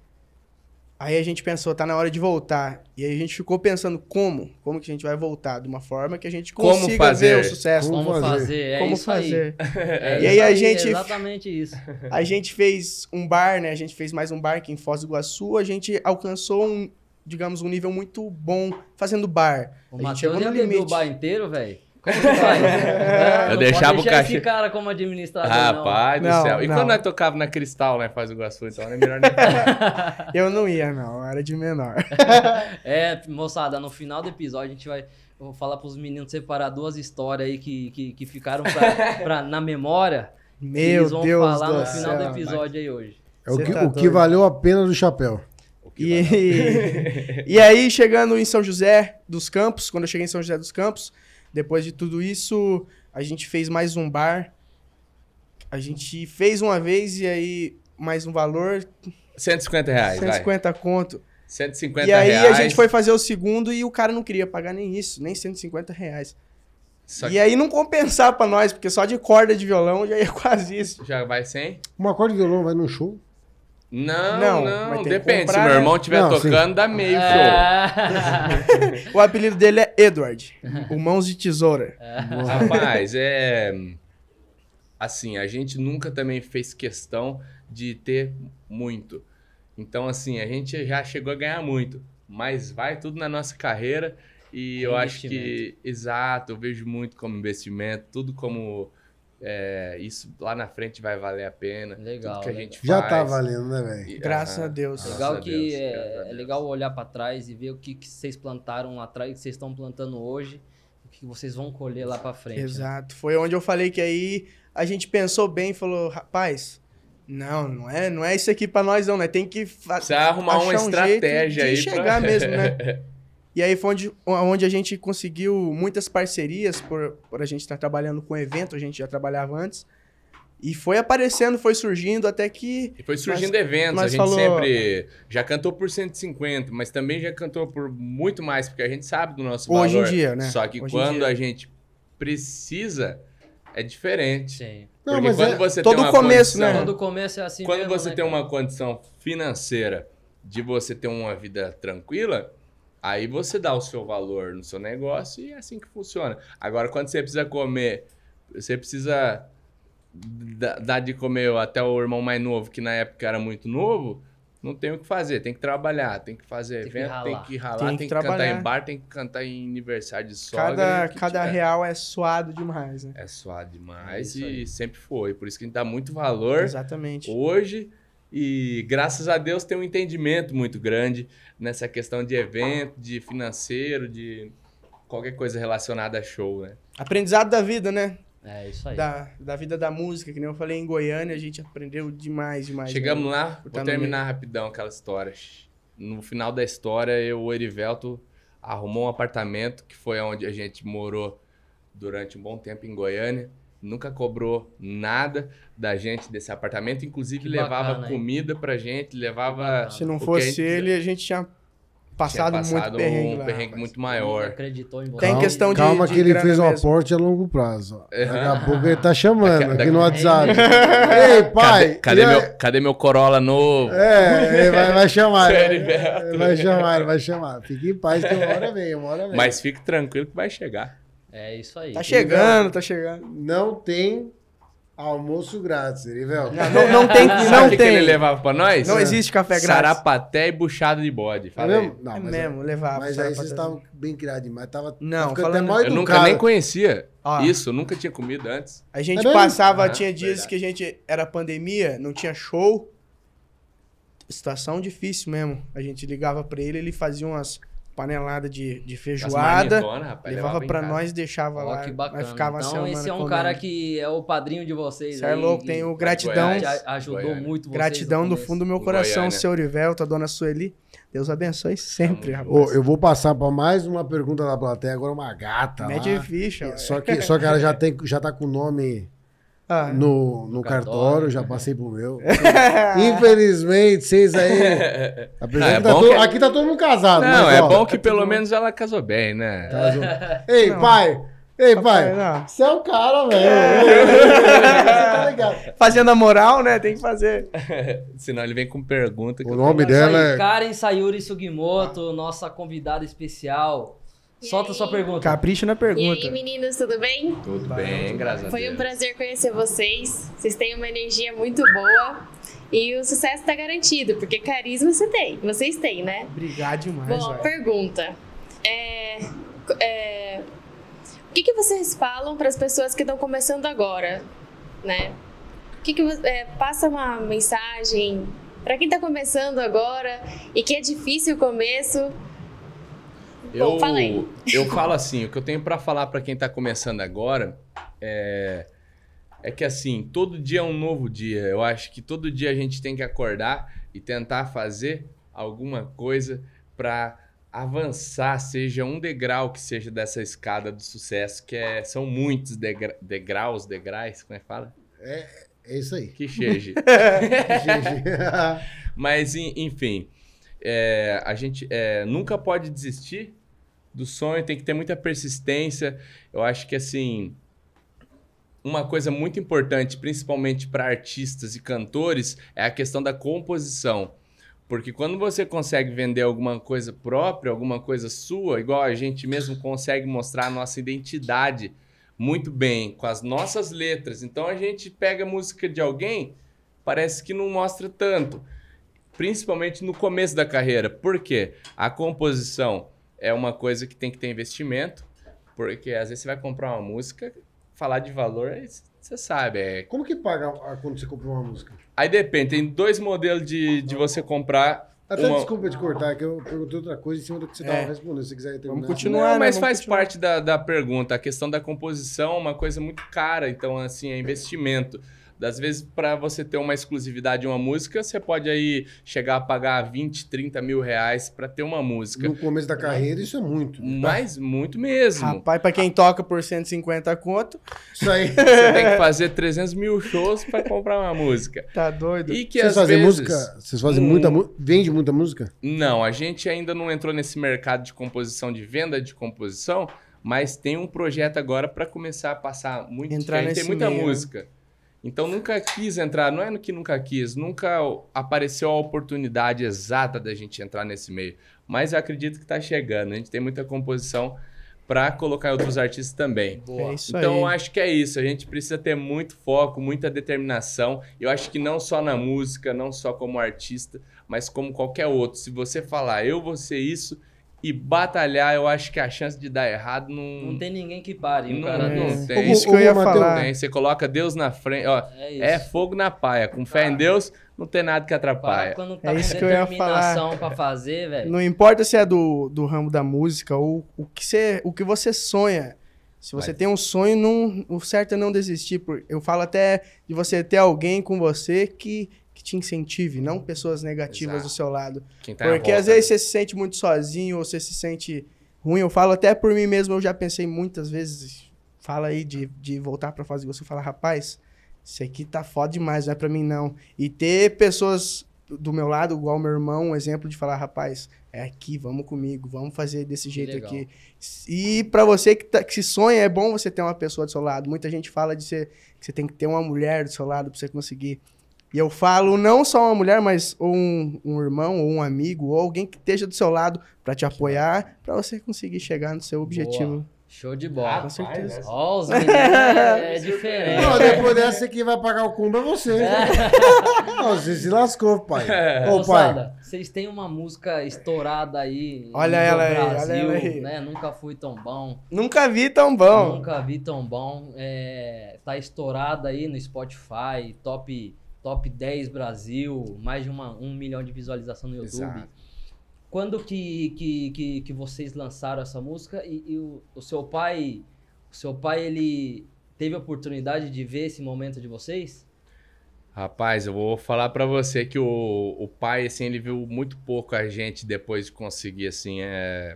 Aí a gente pensou, tá na hora de voltar. E aí a gente ficou pensando como, como que a gente vai voltar, de uma forma que a gente
Como
consiga
fazer?
ver o sucesso.
Como
Como,
fazer?
fazer? É
como
isso aí.
fazer.
É
E
isso
aí a gente-
Exatamente isso.
A gente fez um bar, né? A gente fez mais um bar aqui em Foz do Iguaçu. A gente alcançou um, digamos, um nível muito bom fazendo bar.
O
A gente chegou
Matheus
no
um
ia beber
limite.
o bar inteiro, velho. Como que faz? É, Não, não
deixava
pode
o
deixar
cachê-
esse cara como administrador, Tá não.
Rapaz do
Não,
céu. E
não.
quando nós tocava na Cristal, né, faz o Iguaçu, então é melhor nem falar.
Eu não ia, não. Eu era de menor.
É, moçada, no final do episódio a gente vai. Eu vou falar pros meninos separar duas histórias aí que, que, que ficaram pra, pra- na memória. e
Meu
eles vão
Deus
falar no
do
final do
céu.
episódio aí hoje.
É o
Cê
que,
tá
o que
doido.
valeu a pena do chapéu.
O que vai dar? um-
E, e aí, chegando em São José dos Campos, quando eu cheguei em São José dos Campos, depois de tudo isso, a gente fez mais um bar. A gente fez uma vez e aí mais um valor,
150 reais, vai.
150 conto.
150
e aí
reais.
a gente foi fazer o segundo e o cara não queria pagar nem isso, nem 150 reais.
Só
E aí não compensava pra nós, porque só de corda de violão já ia quase isso.
que já vai sem.
Uma corda de violão vai num show.
Não,
Não,
não,
mas tem que
depende.
comprar,
se meu
né?
irmão estiver
Não, sim.
tocando, dá meio show.
É.
O apelido dele é Edward, o Mãos de Tesoura.
É. Rapaz, é. Assim, a gente nunca também fez questão de ter muito. Então, assim, a gente já chegou a ganhar muito, mas vai tudo na nossa carreira. E
É
eu acho que,
investimento.
exato, eu vejo muito como investimento, tudo como. é, isso lá na frente vai valer a pena.
Legal,
Tudo que a
legal.
gente faz.
Já tá valendo, né, velho?
E-
Graças
aham.
a Deus.
Graças
Legal
a
que
Deus, graças a
é, é
Deus.
legal olhar pra trás e ver o que, que vocês plantaram lá atrás, o que vocês estão plantando hoje, o que vocês vão colher lá pra frente. né?
Exato. Foi onde eu falei que aí a gente pensou bem e falou, rapaz, não, não é, não é isso aqui pra nós não, né? Tem que fa-
Precisa arrumar uma
achar um jeito
estratégia
de
aí. pra-
chegar mesmo, né? E aí foi onde, onde a gente conseguiu muitas parcerias por, por a gente estar trabalhando com evento, a gente já trabalhava antes. E foi aparecendo, foi surgindo até que
E foi surgindo eventos,
mas
a gente
falou-
sempre já cantou por 150, mas também já cantou por muito mais, porque a gente sabe do nosso
Hoje em
valor.
dia, né?
Só que
Hoje em
quando
dia.
a gente precisa, é diferente.
Sim.
Não,
porque
mas
quando
é-
você
todo
tem uma
começo, né?
condição,
Quando começa é assim
Quando
mesmo,
você
né,
tem
cara?
uma condição financeira de você ter uma vida tranquila, aí você dá o seu valor no seu negócio e é assim que funciona. Agora, quando você precisa comer, você precisa da- dar de comer até o irmão mais novo, que na época era muito novo, não tem o que fazer, tem que trabalhar, tem que fazer
Tem que
evento, tem
ralar.
que ralar,
Tem
tem
que
que, cantar
trabalhar.
em bar, tem que cantar em aniversário de sogra.
cada,
e o que
cada
tiver.
real é suado demais, né?
É suado demais
É isso
e
aí.
sempre foi. Por isso que a gente dá muito valor
Exatamente.
hoje e graças a Deus tem um entendimento muito grande nessa questão de evento, de financeiro, de qualquer coisa relacionada a show, né?
Aprendizado da vida, né?
É isso aí.
Da, da vida da música, que nem eu falei em Goiânia, a gente aprendeu demais, demais.
Chegamos
né?
lá,
tá
vou
no
terminar rapidão aquela história. No final da história, eu, o Erivelto arrumou um apartamento que foi onde a gente morou durante um bom tempo em Goiânia. Nunca cobrou nada da gente desse apartamento, inclusive
Que
levava
bacana, hein?
comida pra gente, levava.
Se não
o que a
fosse
gente-
ele, a gente tinha
Tinha
passado, muito
passado
perrengue
um
lá,
perrengue
rapaz.
muito
Ele
maior.
Acreditou em você.
Tem questão de-
Calma que ele
grana
fez um
mesmo.
aporte a longo prazo. ó. Daqui a pouco ele tá
É. Daqui
chamando
a-
aqui no
daqui-
WhatsApp. Ei, pai!
Cadê, cadê
e aí-
meu, cadê meu Corolla novo?
É, ele vai, vai chamar.
Sério,
ele-
Beto.
ele vai chamar, ele vai chamar. Fique em paz que uma hora vem, uma hora vem.
Mas fique tranquilo que vai chegar.
É isso aí.
Tá chegando, tá chegando.
Não tem almoço grátis, Erivelto.
Não, não- não tem,
Sabe o
não
que, que ele
tem.
levava pra nós?
Não existe café grátis.
Sarapaté e buchada de bode.
É
Falei. tá
mesmo? Não,
É
mas,
mesmo, levava.
mas aí
sarapatel.
vocês estavam bem criados demais. Tava, tá
Não,
ficando
falando-
até mal
Eu
educado.
nunca nem conhecia
Ó,
isso, eu nunca tinha comido antes.
A gente
É mesmo?
passava,
Aham,
tinha dias
verdade.
que a gente era pandemia, não tinha show. Situação difícil mesmo. A gente ligava pra ele, ele fazia umas paneladas de, de
As
feijoada,
marmitonas, rapaz,
levava
em
pra
casa.
nós, deixava
Ó,
lá.
que
nós
bacana.
ficava uma
então, esse é um
semana
cara
comendo.
que é o padrinho de vocês.
Cê é
aí,
louco,
que
tem o gratidão.
Goiás.
te a- ajudou
Goiânia.
muito vocês.
Gratidão
no
do
começo.
fundo do meu
Em
coração,
Goiânia.
seu Rivelto, a dona Sueli. Deus abençoe sempre,
Tamo
rapaz.
Ô, eu vou passar pra mais uma pergunta da plateia, agora uma gata.
Mete
lá.
ficha. ué.
Só que, só que ela já, tem, já tá com o nome
Ah,
no, no
No
cartório,
cartório.
né?
já passei pro meu. Infelizmente, vocês aí. A pergunta
Ah, é
tá
bom
to-
que-
Aqui tá todo mundo casado. né,
Não,
mas,
é
ó,
bom que
tá
pelo
tudo-
menos ela casou bem, né?
casou. Ei, pai! Ei,
Papai,
pai!
não. É.
Você é o cara, velho. Você tá ligado.
Fazendo a moral, né? Tem que fazer.
Senão ele vem com pergunta. que
O
eu-
nome
É isso aí,
dela é.
Karen Sayuri Sugimoto, nossa convidada especial.
E
Solta
aí?
sua pergunta.
Capricho na
E
pergunta.
aí, meninos, tudo bem?
Tudo bem, graças a Deus.
Foi um prazer conhecer vocês. Vocês têm uma energia muito boa e o sucesso tá garantido, porque carisma você tem, vocês têm, né?
Obrigado demais,
Bom, a
velho.
pergunta. É, é, o que, que vocês falam para as pessoas que estão começando agora, né? O que que vo- é, passa uma mensagem para quem está começando agora e que é difícil o começo?
Eu,
Bom, fala aí.
eu falo assim, o que eu tenho pra falar pra quem tá começando agora é, é que assim, todo dia é um novo dia. Eu acho que todo dia a gente tem que acordar e tentar fazer alguma coisa pra avançar, seja um degrau que seja dessa escada do sucesso, que é, são muitos degra- degraus, degraus, como é que fala?
É isso aí. É
Que seja. é-
Gente.
Mas, en- enfim, é, a gente é, nunca pode desistir do sonho, tem que ter muita persistência. Eu acho que, assim, uma coisa muito importante, principalmente para artistas e cantores, é a questão da composição. Porque quando você consegue vender alguma coisa própria, alguma coisa sua, igual a gente mesmo consegue mostrar a nossa identidade muito bem com as nossas letras. Então a gente pega a música de alguém, parece que não mostra tanto, principalmente no começo da carreira. Por quê? A composição é uma coisa que tem que ter investimento, porque às vezes você vai comprar uma música, falar de valor, aí c- você sabe, é
Como que paga a- quando você compra uma música?
Aí depende, tem dois modelos de, de você comprar.
Até
Uma-
desculpa te cortar, que eu perguntei outra coisa em cima do que você estava
É.
respondendo. Se você quiser terminar.
Vamos continuar.
Não,
né?
mas
Vamos
faz
continuar.
parte da, da pergunta. A questão da composição é uma coisa muito cara, então, assim, é investimento. Às vezes, para você ter uma exclusividade de uma música, você pode aí chegar a pagar 20, 30 mil reais para ter uma música.
No começo da carreira, isso é muito.
Mas muito mesmo.
Rapaz, pra quem toca por 150 conto,
Isso aí.
Você tem que fazer 300 mil shows para comprar uma música.
tá doido.
E que
Vocês
às
fazem
vezes...
música? Vocês fazem
Hum.
muita música? Vende muita música?
Não, a gente ainda não entrou nesse mercado de composição, de venda de composição, mas tem um projeto agora para começar a passar muito
Entrar
diferente. Tem
nesse
muita
meio, né?
música. Então nunca quis entrar, não é no que nunca quis, nunca apareceu a oportunidade exata da gente entrar nesse meio. Mas eu acredito que está chegando. A gente tem muita composição para colocar em outros artistas também.
É isso
Então eu
aí.
acho que é isso. A gente precisa ter muito foco, muita determinação. Eu acho que não só na música, não só como artista, mas como qualquer outro. Se você falar, eu vou ser isso e batalhar, eu acho que a chance de dar errado não,
Não tem ninguém que pare. o
Não,
cara
não
desse.
tem. É
Ô,
isso
ô,
que eu ia
ô, Mateus,
falar.
tem. Você coloca Deus na frente. Ó,
É isso.
é fogo na paia. Com fé em Deus, não tem nada que
O cara,
atrapalha.
quando tá
É
com
isso que eu ia falar.
determinação pra fazer, velho.
Não importa se é do, do ramo da música ou o que você, o que você sonha. Se você
Vai.
tem um sonho, não, o certo é não desistir. por- eu falo até de você ter alguém com você que, que te incentive, não pessoas negativas
Exato.
do seu lado.
Quem tá em
Porque
volta,
às vezes você se sente muito sozinho ou você se sente ruim. Eu falo até por mim mesmo, eu já pensei muitas vezes. Fala aí de, de voltar pra fase de você falar, rapaz, isso aqui tá foda demais, não é pra mim não. E ter pessoas do meu lado, igual meu irmão, um exemplo de falar, rapaz, é aqui, vamos comigo, vamos fazer desse jeito
legal.
aqui. E pra você que, tá- que se sonha, é bom você ter uma pessoa do seu lado. Muita gente fala de você, que você tem que ter uma mulher do seu lado pra você conseguir. E eu falo não só uma mulher, mas ou um, um irmão, ou um amigo, ou alguém que esteja do seu lado pra te apoiar, pra você conseguir chegar no seu objetivo.
Show de bola.
Com certeza.
Ó, os meninos é, é diferente.
Não, depois dessa quem vai pagar o cumba é você. Não, você se lascou, pai. Ô, pai.
Moçada, vocês têm uma música estourada aí. em
Olha
nível
ela aí, olha
Brasil,
ela aí. Então.
Né? Nunca fui tão bom.
Nunca vi tão bom.
Nunca vi tão bom. É, tá estourada aí no Spotify, top, top 10 Brasil, mais de uma, um milhão de visualização no YouTube.
Exato.
Quando que, que, que, que vocês lançaram essa música e, e o, o seu pai, o seu pai, ele teve a oportunidade de ver esse momento de vocês?
Rapaz, eu vou falar pra você que o, o pai, assim, ele viu muito pouco a gente depois de conseguir, assim, é...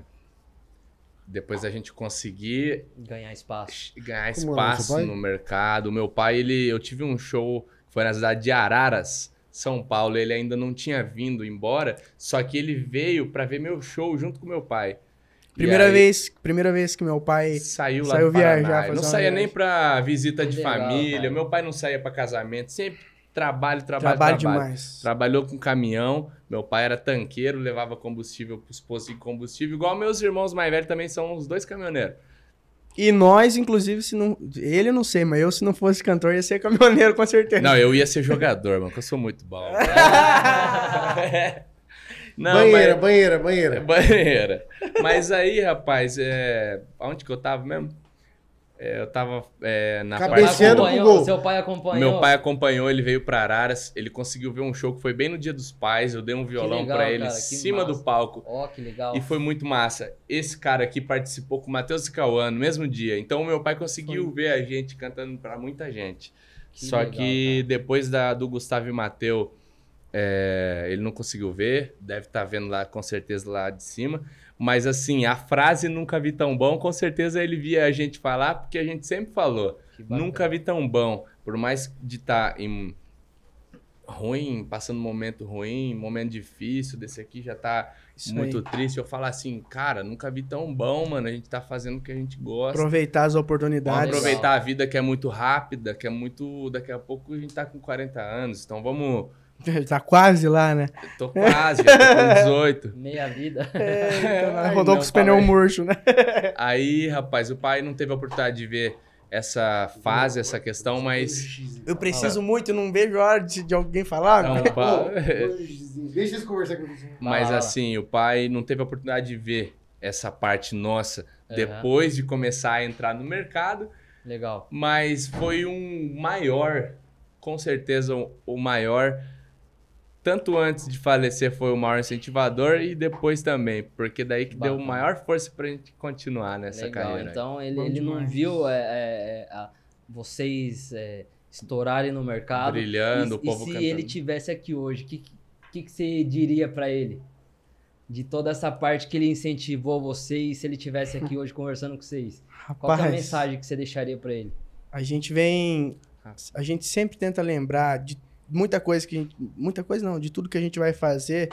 Depois da gente conseguir
Ganhar espaço.
ganhar
Como é o
espaço
seu pai?
no mercado. Meu pai, ele, eu tive um show que foi na cidade de Araras, São Paulo. Ele ainda não tinha vindo embora, só que ele veio pra ver meu show junto com meu pai. E
Primeira
aí
vez, primeira vez que meu pai.
Saiu lá
Saiu
do Paraná.
viajar, fazer
não
uma
saía nem
viagem.
pra visita de
Legal,
família.
cara.
Meu pai não saía pra casamento. Sempre trabalho, trabalho,
Trabalho
trabalho.
demais.
Trabalhou com caminhão. Meu pai era tanqueiro, levava combustível pros postos de combustível. Igual meus irmãos mais velhos também são os dois caminhoneiros.
E nós, inclusive, se não. Ele eu não sei, mas eu, se não fosse cantor, ia ser caminhoneiro, com certeza.
Não, eu ia ser jogador, mano, que eu sou muito bom. Não,
banheira,
mas...
banheira, banheira,
É, banheira. Mas aí, rapaz, é... onde que eu tava mesmo? É, eu tava é, na parte...
Cabeceando pro
Acompanhou,
gol.
seu pai acompanhou.
Meu pai acompanhou, ele veio pra Araras, ele conseguiu ver um show que foi bem no Dia dos Pais, eu dei um violão
legal,
pra ele em
cara, que
cima
massa.
do palco.
Ó, que legal.
E foi muito massa. Esse cara aqui participou com o Matheus e Cauã no mesmo dia. Então, meu pai conseguiu ver a gente cantando pra muita gente.
Que
Só
legal,
que depois da, do Gustavo e Matheus, é, ele não conseguiu ver. Deve estar vendo lá, com certeza, lá de cima. Mas, assim, a frase nunca vi tão bom, com certeza ele via a gente falar, porque a gente sempre falou.
Que bacana.
Nunca vi tão bom. Por mais de estar em tá ruim, passando momento ruim, momento difícil, desse aqui já tá
Isso
muito
aí.
triste. Eu falo assim, cara, nunca vi tão bom, mano. A gente tá fazendo o que a gente gosta.
Aproveitar as
Vamos
oportunidades.
aproveitar a vida que é muito rápida, que é muito. Daqui a pouco a gente tá com 40 anos, então vamos.
tá quase lá, né?
Tô quase, eu tô com 18.
Meia vida.
Ai,
rodou
É, não, tá
com os pneus
fala
murchos, né?
Aí, rapaz, o pai não teve a oportunidade de ver essa fase, essa questão, mas.
Eu preciso muito, não vejo a hora de, de alguém falar.
Então,
Não,
cara.
o pai-
Deixa eles conversar com você.
Mas
Vai lá.
assim, o pai não teve a oportunidade de ver essa parte nossa
Aham.
depois de começar a entrar no mercado,
Legal.
mas foi um maior, com certeza o- o maior. Tanto antes de falecer foi o maior incentivador e depois também, porque daí que deu
Bacana.
maior força pra gente continuar nessa
Legal.
carreira.
Então ele,
Bom
ele não
demais.
viu é, é, é, a- vocês é, estourarem no mercado.
Brilhando,
ah,
o
e,
povo
e se
cantando.
ele tivesse aqui hoje, o que, que, que você diria pra ele? De toda essa parte que ele incentivou vocês, se ele tivesse aqui hoje conversando com vocês, qual que é a
Rapaz,
mensagem Ah, que você deixaria pra ele?
a gente vem. A gente sempre tenta lembrar de muita coisa que a gente. Muita coisa não, de tudo que a gente vai fazer.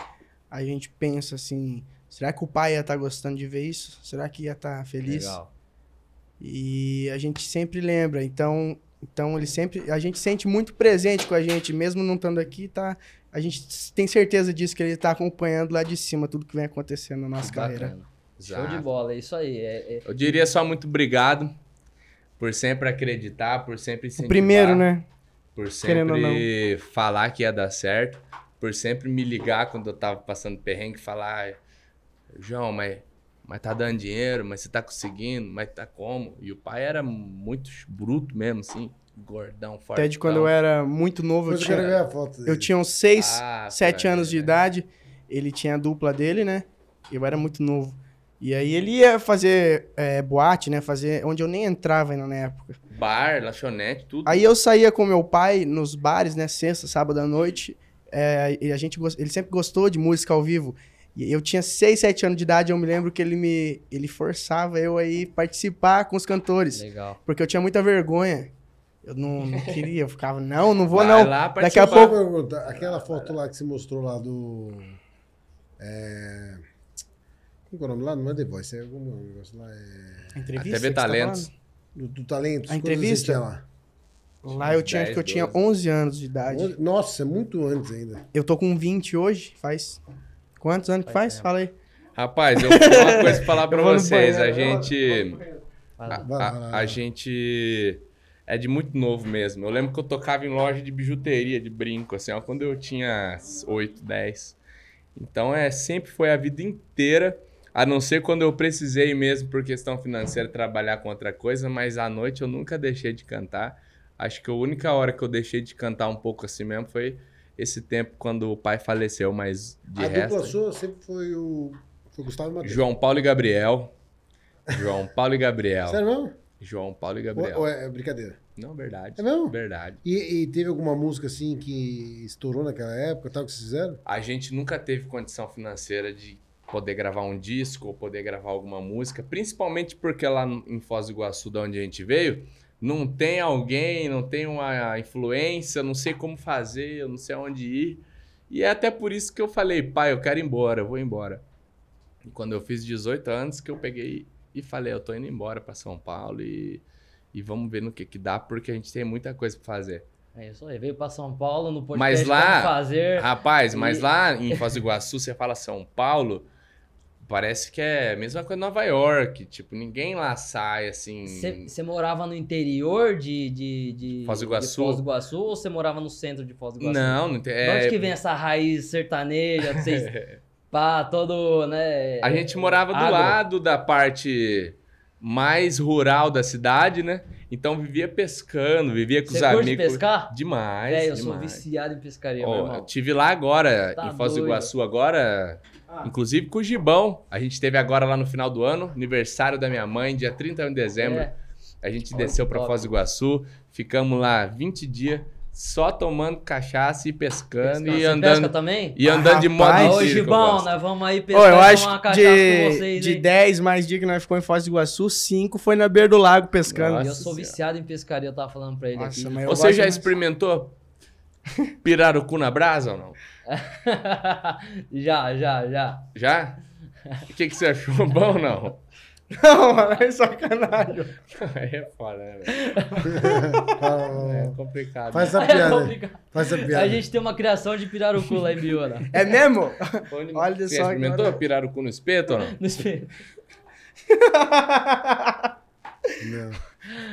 A gente pensa assim: será que o pai ia estar gostando de ver isso? Será que ia estar feliz?
Legal.
E a gente sempre lembra, então, então ele sempre, a gente sente muito presente com a gente, mesmo não estando aqui, tá? A gente tem certeza disso que ele tá acompanhando lá de cima tudo que vem acontecendo na nossa carreira.
Bacana. Show de
Exato.
bola, é isso aí. é- é-
Eu diria só muito obrigado por sempre acreditar, por sempre
O
incentivar.
primeiro, né?
Por
Querendo ou
sempre falar que ia dar certo, por sempre me ligar quando eu tava passando perrengue, falar, João, mas, mas tá dando dinheiro, mas você tá conseguindo, mas tá como? E o pai era muito bruto mesmo, assim, gordão, forte.
Até de quando eu era muito novo, eu
Depois eu quero
tinha,
ver a foto dele.
eu tinha uns 6,
Ah,
7
cara,
anos de
né?
idade, ele tinha a dupla dele, né? Eu era muito novo. E aí ele ia fazer é, boate, né? Fazer onde eu nem entrava ainda na época.
Bar, lanchonete, tudo.
Aí eu saía com meu pai nos bares, né? Sexta, sábado à noite. É, e a gente, gos- ele sempre gostou de música ao vivo. E eu tinha 6, 7 anos de idade, eu me lembro que ele me ele forçava eu aí participar com os cantores.
Legal.
Porque eu tinha muita vergonha. Eu não, não queria, eu ficava, não, não vou
Vai
não.
lá
Daqui
participar.
a
Só uma
pouco-
pergunta, aquela foto lá que você mostrou lá do. é, Como que é o nome lá? Não é The Voice, é algum negócio lá. É...
A
A TV
entrevista? que você tá
Talentos.
Do, do talento.
A
quantos anos
entrevista?
você tinha lá?
falando? Lá eu tinha,
10,
acho que eu tinha
12.
11 anos de idade.
Onze- Nossa, é muito antes ainda.
Eu tô com 20 hoje, faz... Quantos anos que faz?
Faz tempo.
Fala aí.
Rapaz, eu vou uma coisa pra falar pra
vou no
vocês. A
banheiro, eu vou-
gente.
Vai
A,
lá.
Vai lá, vai
a-
lá.
a gente é de muito novo mesmo. Eu lembro que eu tocava em loja de bijuteria, de brinco, assim, ó, quando eu tinha 8, 10. Então é, sempre foi a vida inteira, a não ser quando eu precisei mesmo por questão financeira trabalhar com outra coisa, mas à noite eu nunca deixei de cantar. Acho que a única hora que eu deixei de cantar um pouco assim mesmo foi esse tempo quando o pai faleceu, mas de
a
resto.
dupla sua sempre foi o. Foi o Gustavo Matheus.
João Paulo e Gabriel. João Paulo e Gabriel.
Sério mesmo?
João Paulo
Ou,
e Gabriel.
ou é brincadeira?
Não, verdade.
É mesmo?
Verdade.
E, e teve alguma música assim que estourou naquela época, tal, que vocês fizeram?
A gente nunca teve condição financeira de poder gravar um disco ou poder gravar alguma música, principalmente porque lá no- em Foz do Iguaçu, da onde a gente veio, não tem alguém, não tem uma influência, não sei como fazer, eu não sei aonde ir. E é até por isso que eu falei, pai, eu quero ir embora, eu vou embora. E quando eu fiz 18 anos, que eu peguei e falei, eu tô indo embora para São Paulo e, e vamos ver no que que dá, porque a gente tem muita coisa para fazer.
É isso aí. Veio pra São Paulo no podcast
Mas lá-
Como fazer.
Rapaz, mas
E-
lá em Foz do Iguaçu, você fala São Paulo, parece que é a mesma coisa em Nova York. Tipo, ninguém lá sai assim.
Você morava no interior de, de, de,
Foz do Iguaçu?
de Foz do Iguaçu ou você morava no centro de Foz do Iguaçu?
Não, não tem.
De onde
é-
que vem essa raiz sertaneja? que Vocês, pá, todo, né?
A gente morava do
agro?
lado da parte mais rural da cidade, né? Então vivia pescando, vivia com
Você
os
curte
amigos.
pescar?
Demais.
É, eu sou
demais.
viciado em pescaria, meu
Ó, eu
irmão.
tive lá agora,
Tá
em Foz do
doido.
Iguaçu, agora, inclusive com o Gibão. A gente teve agora lá no final do ano, aniversário da minha mãe, dia 31 de dezembro.
É,
A gente
Olha
desceu
que
para
top.
Foz do Iguaçu, ficamos lá 20 dias só tomando cachaça e pescando
pescar.
e
Você
andando
pesca também? Ah,
e andando de moto
Rapaz,
de
Ô,
circo, eu
Gibão,
gosto.
nós vamos aí
Ó,
pescar
eu
e
acho
tomar uma
que
cachaça com
de,
vocês,
de
hein?
10 mais dias que nós ficamos em Foz do Iguaçu, 5 foi na beira do lago pescando.
Nossa
eu sou
Senhora.
viciado em pescaria, eu tava falando pra ele
Nossa,
aqui.
mas eu
Você já
gosto
experimentou Pirarucu na brasa ou não?
já, já, já.
Já? O que, que você achou? Bom ou não?
Não, mano, é sacanagem.
Aí é foda, né? velho? É complicado.
Faz essa
É
Tá piada. aí.
complicado.
Faz essa
A
piada.
gente tem uma criação de pirarucu lá em Biona.
É mesmo?
Onde-
Olha
você
só
experimentou
agora.
pirarucu no espeto ou não?
No espelho.
Não.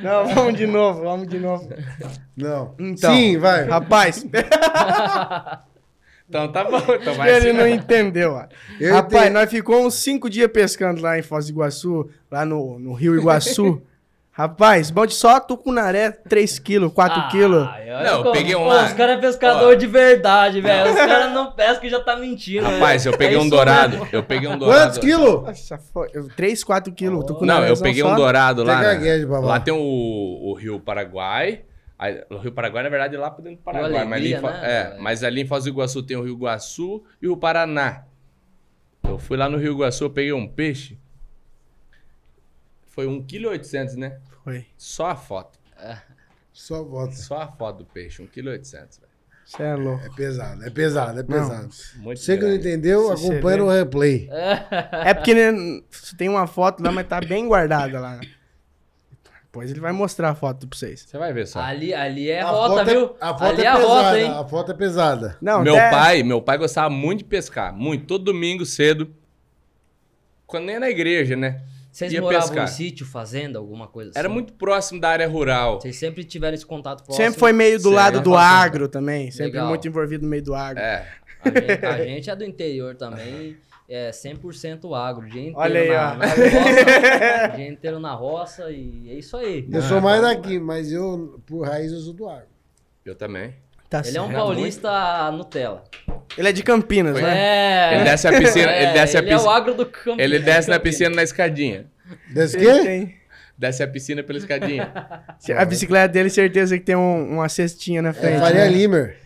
Não, vamos de novo, vamos de novo.
Não.
Então.
Sim, vai.
Rapaz,
Então tá bom, então vai
ele
assim.
não entendeu, ó.
Eu
Rapaz,
entendi.
nós ficamos uns cinco dias pescando lá em Foz do Iguaçu, lá no, no Rio Iguaçu. Rapaz, balde só tucunaré, 3 quilos, 4
Ah,
quilos.
Não,
olha
eu
como-
peguei um
Pô,
lá.
Os caras é pescador
Ó.
de verdade, velho. Os caras não pescam e já tá mentindo.
Rapaz,
velho.
eu peguei
É
um
isso
dourado.
mesmo.
Eu peguei um dourado.
Quantos quilos?
Nossa, foi 3, 4 quilos, tucunaré.
Não, eu peguei um dourado lá.
Você
né?
gagueja, babá.
Lá tem o, o Rio Paraguai. Aí, o Rio Paraguai, na verdade, é lá pra dentro do Paraguai.
Alegria,
mas, ali em Fa-
né,
é,
velho?
mas ali em Foz do Iguaçu tem o Rio Iguaçu e o Paraná. Eu fui lá no Rio Iguaçu, eu peguei um peixe. Foi 1,8 kg, né?
Foi.
Só a foto.
Só bota.
Só a foto do peixe, 1,8 kg.
Você é louco.
É pesado, é pesado, é pesado.
Muito
Você que não
grande.
entendeu,
Se você
acompanha
vê.
no replay.
É porque né, tem uma foto lá, mas tá bem guardada lá. né? Depois ele vai mostrar a foto pra vocês.
Você vai ver só.
Ali, ali é
A
rota,
foto é-
viu?
A foto
ali
é
é a
pesada,
rota, hein?
a foto é pesada.
Não,
meu
até-
pai, meu pai gostava muito de pescar, muito, todo domingo cedo. Quando nem na igreja, né?
Vocês
Ia
moravam
pescar.
em sítio, fazenda, alguma coisa assim?
Era muito próximo da área rural.
Vocês sempre tiveram esse contato próximo?
Sempre foi meio do
Sim,
lado
eu
do
faço,
agro também. Sempre
Legal.
muito envolvido no meio do agro.
É.
A gente, a gente é do interior também, é 100% agro, o dia inteiro
Olha aí,
na,
ó.
na roça, o dia inteiro na roça e é isso aí.
Eu sou mais daqui, mas eu, por raiz, eu sou do agro.
Eu também.
Tá
Ele é um
certo.
paulista Nutella.
Ele é de Campinas, né?
É,
Ele desce a piscina,
é,
ele desce a
ele é o
piscina.
agro do campo. né?
Ele desce na piscina na escadinha.
Desse
Ele
quê?
tem-
Desce a piscina pela escadinha.
A bicicleta dele, certeza que tem um- uma cestinha na frente. né?
É Faria Limer.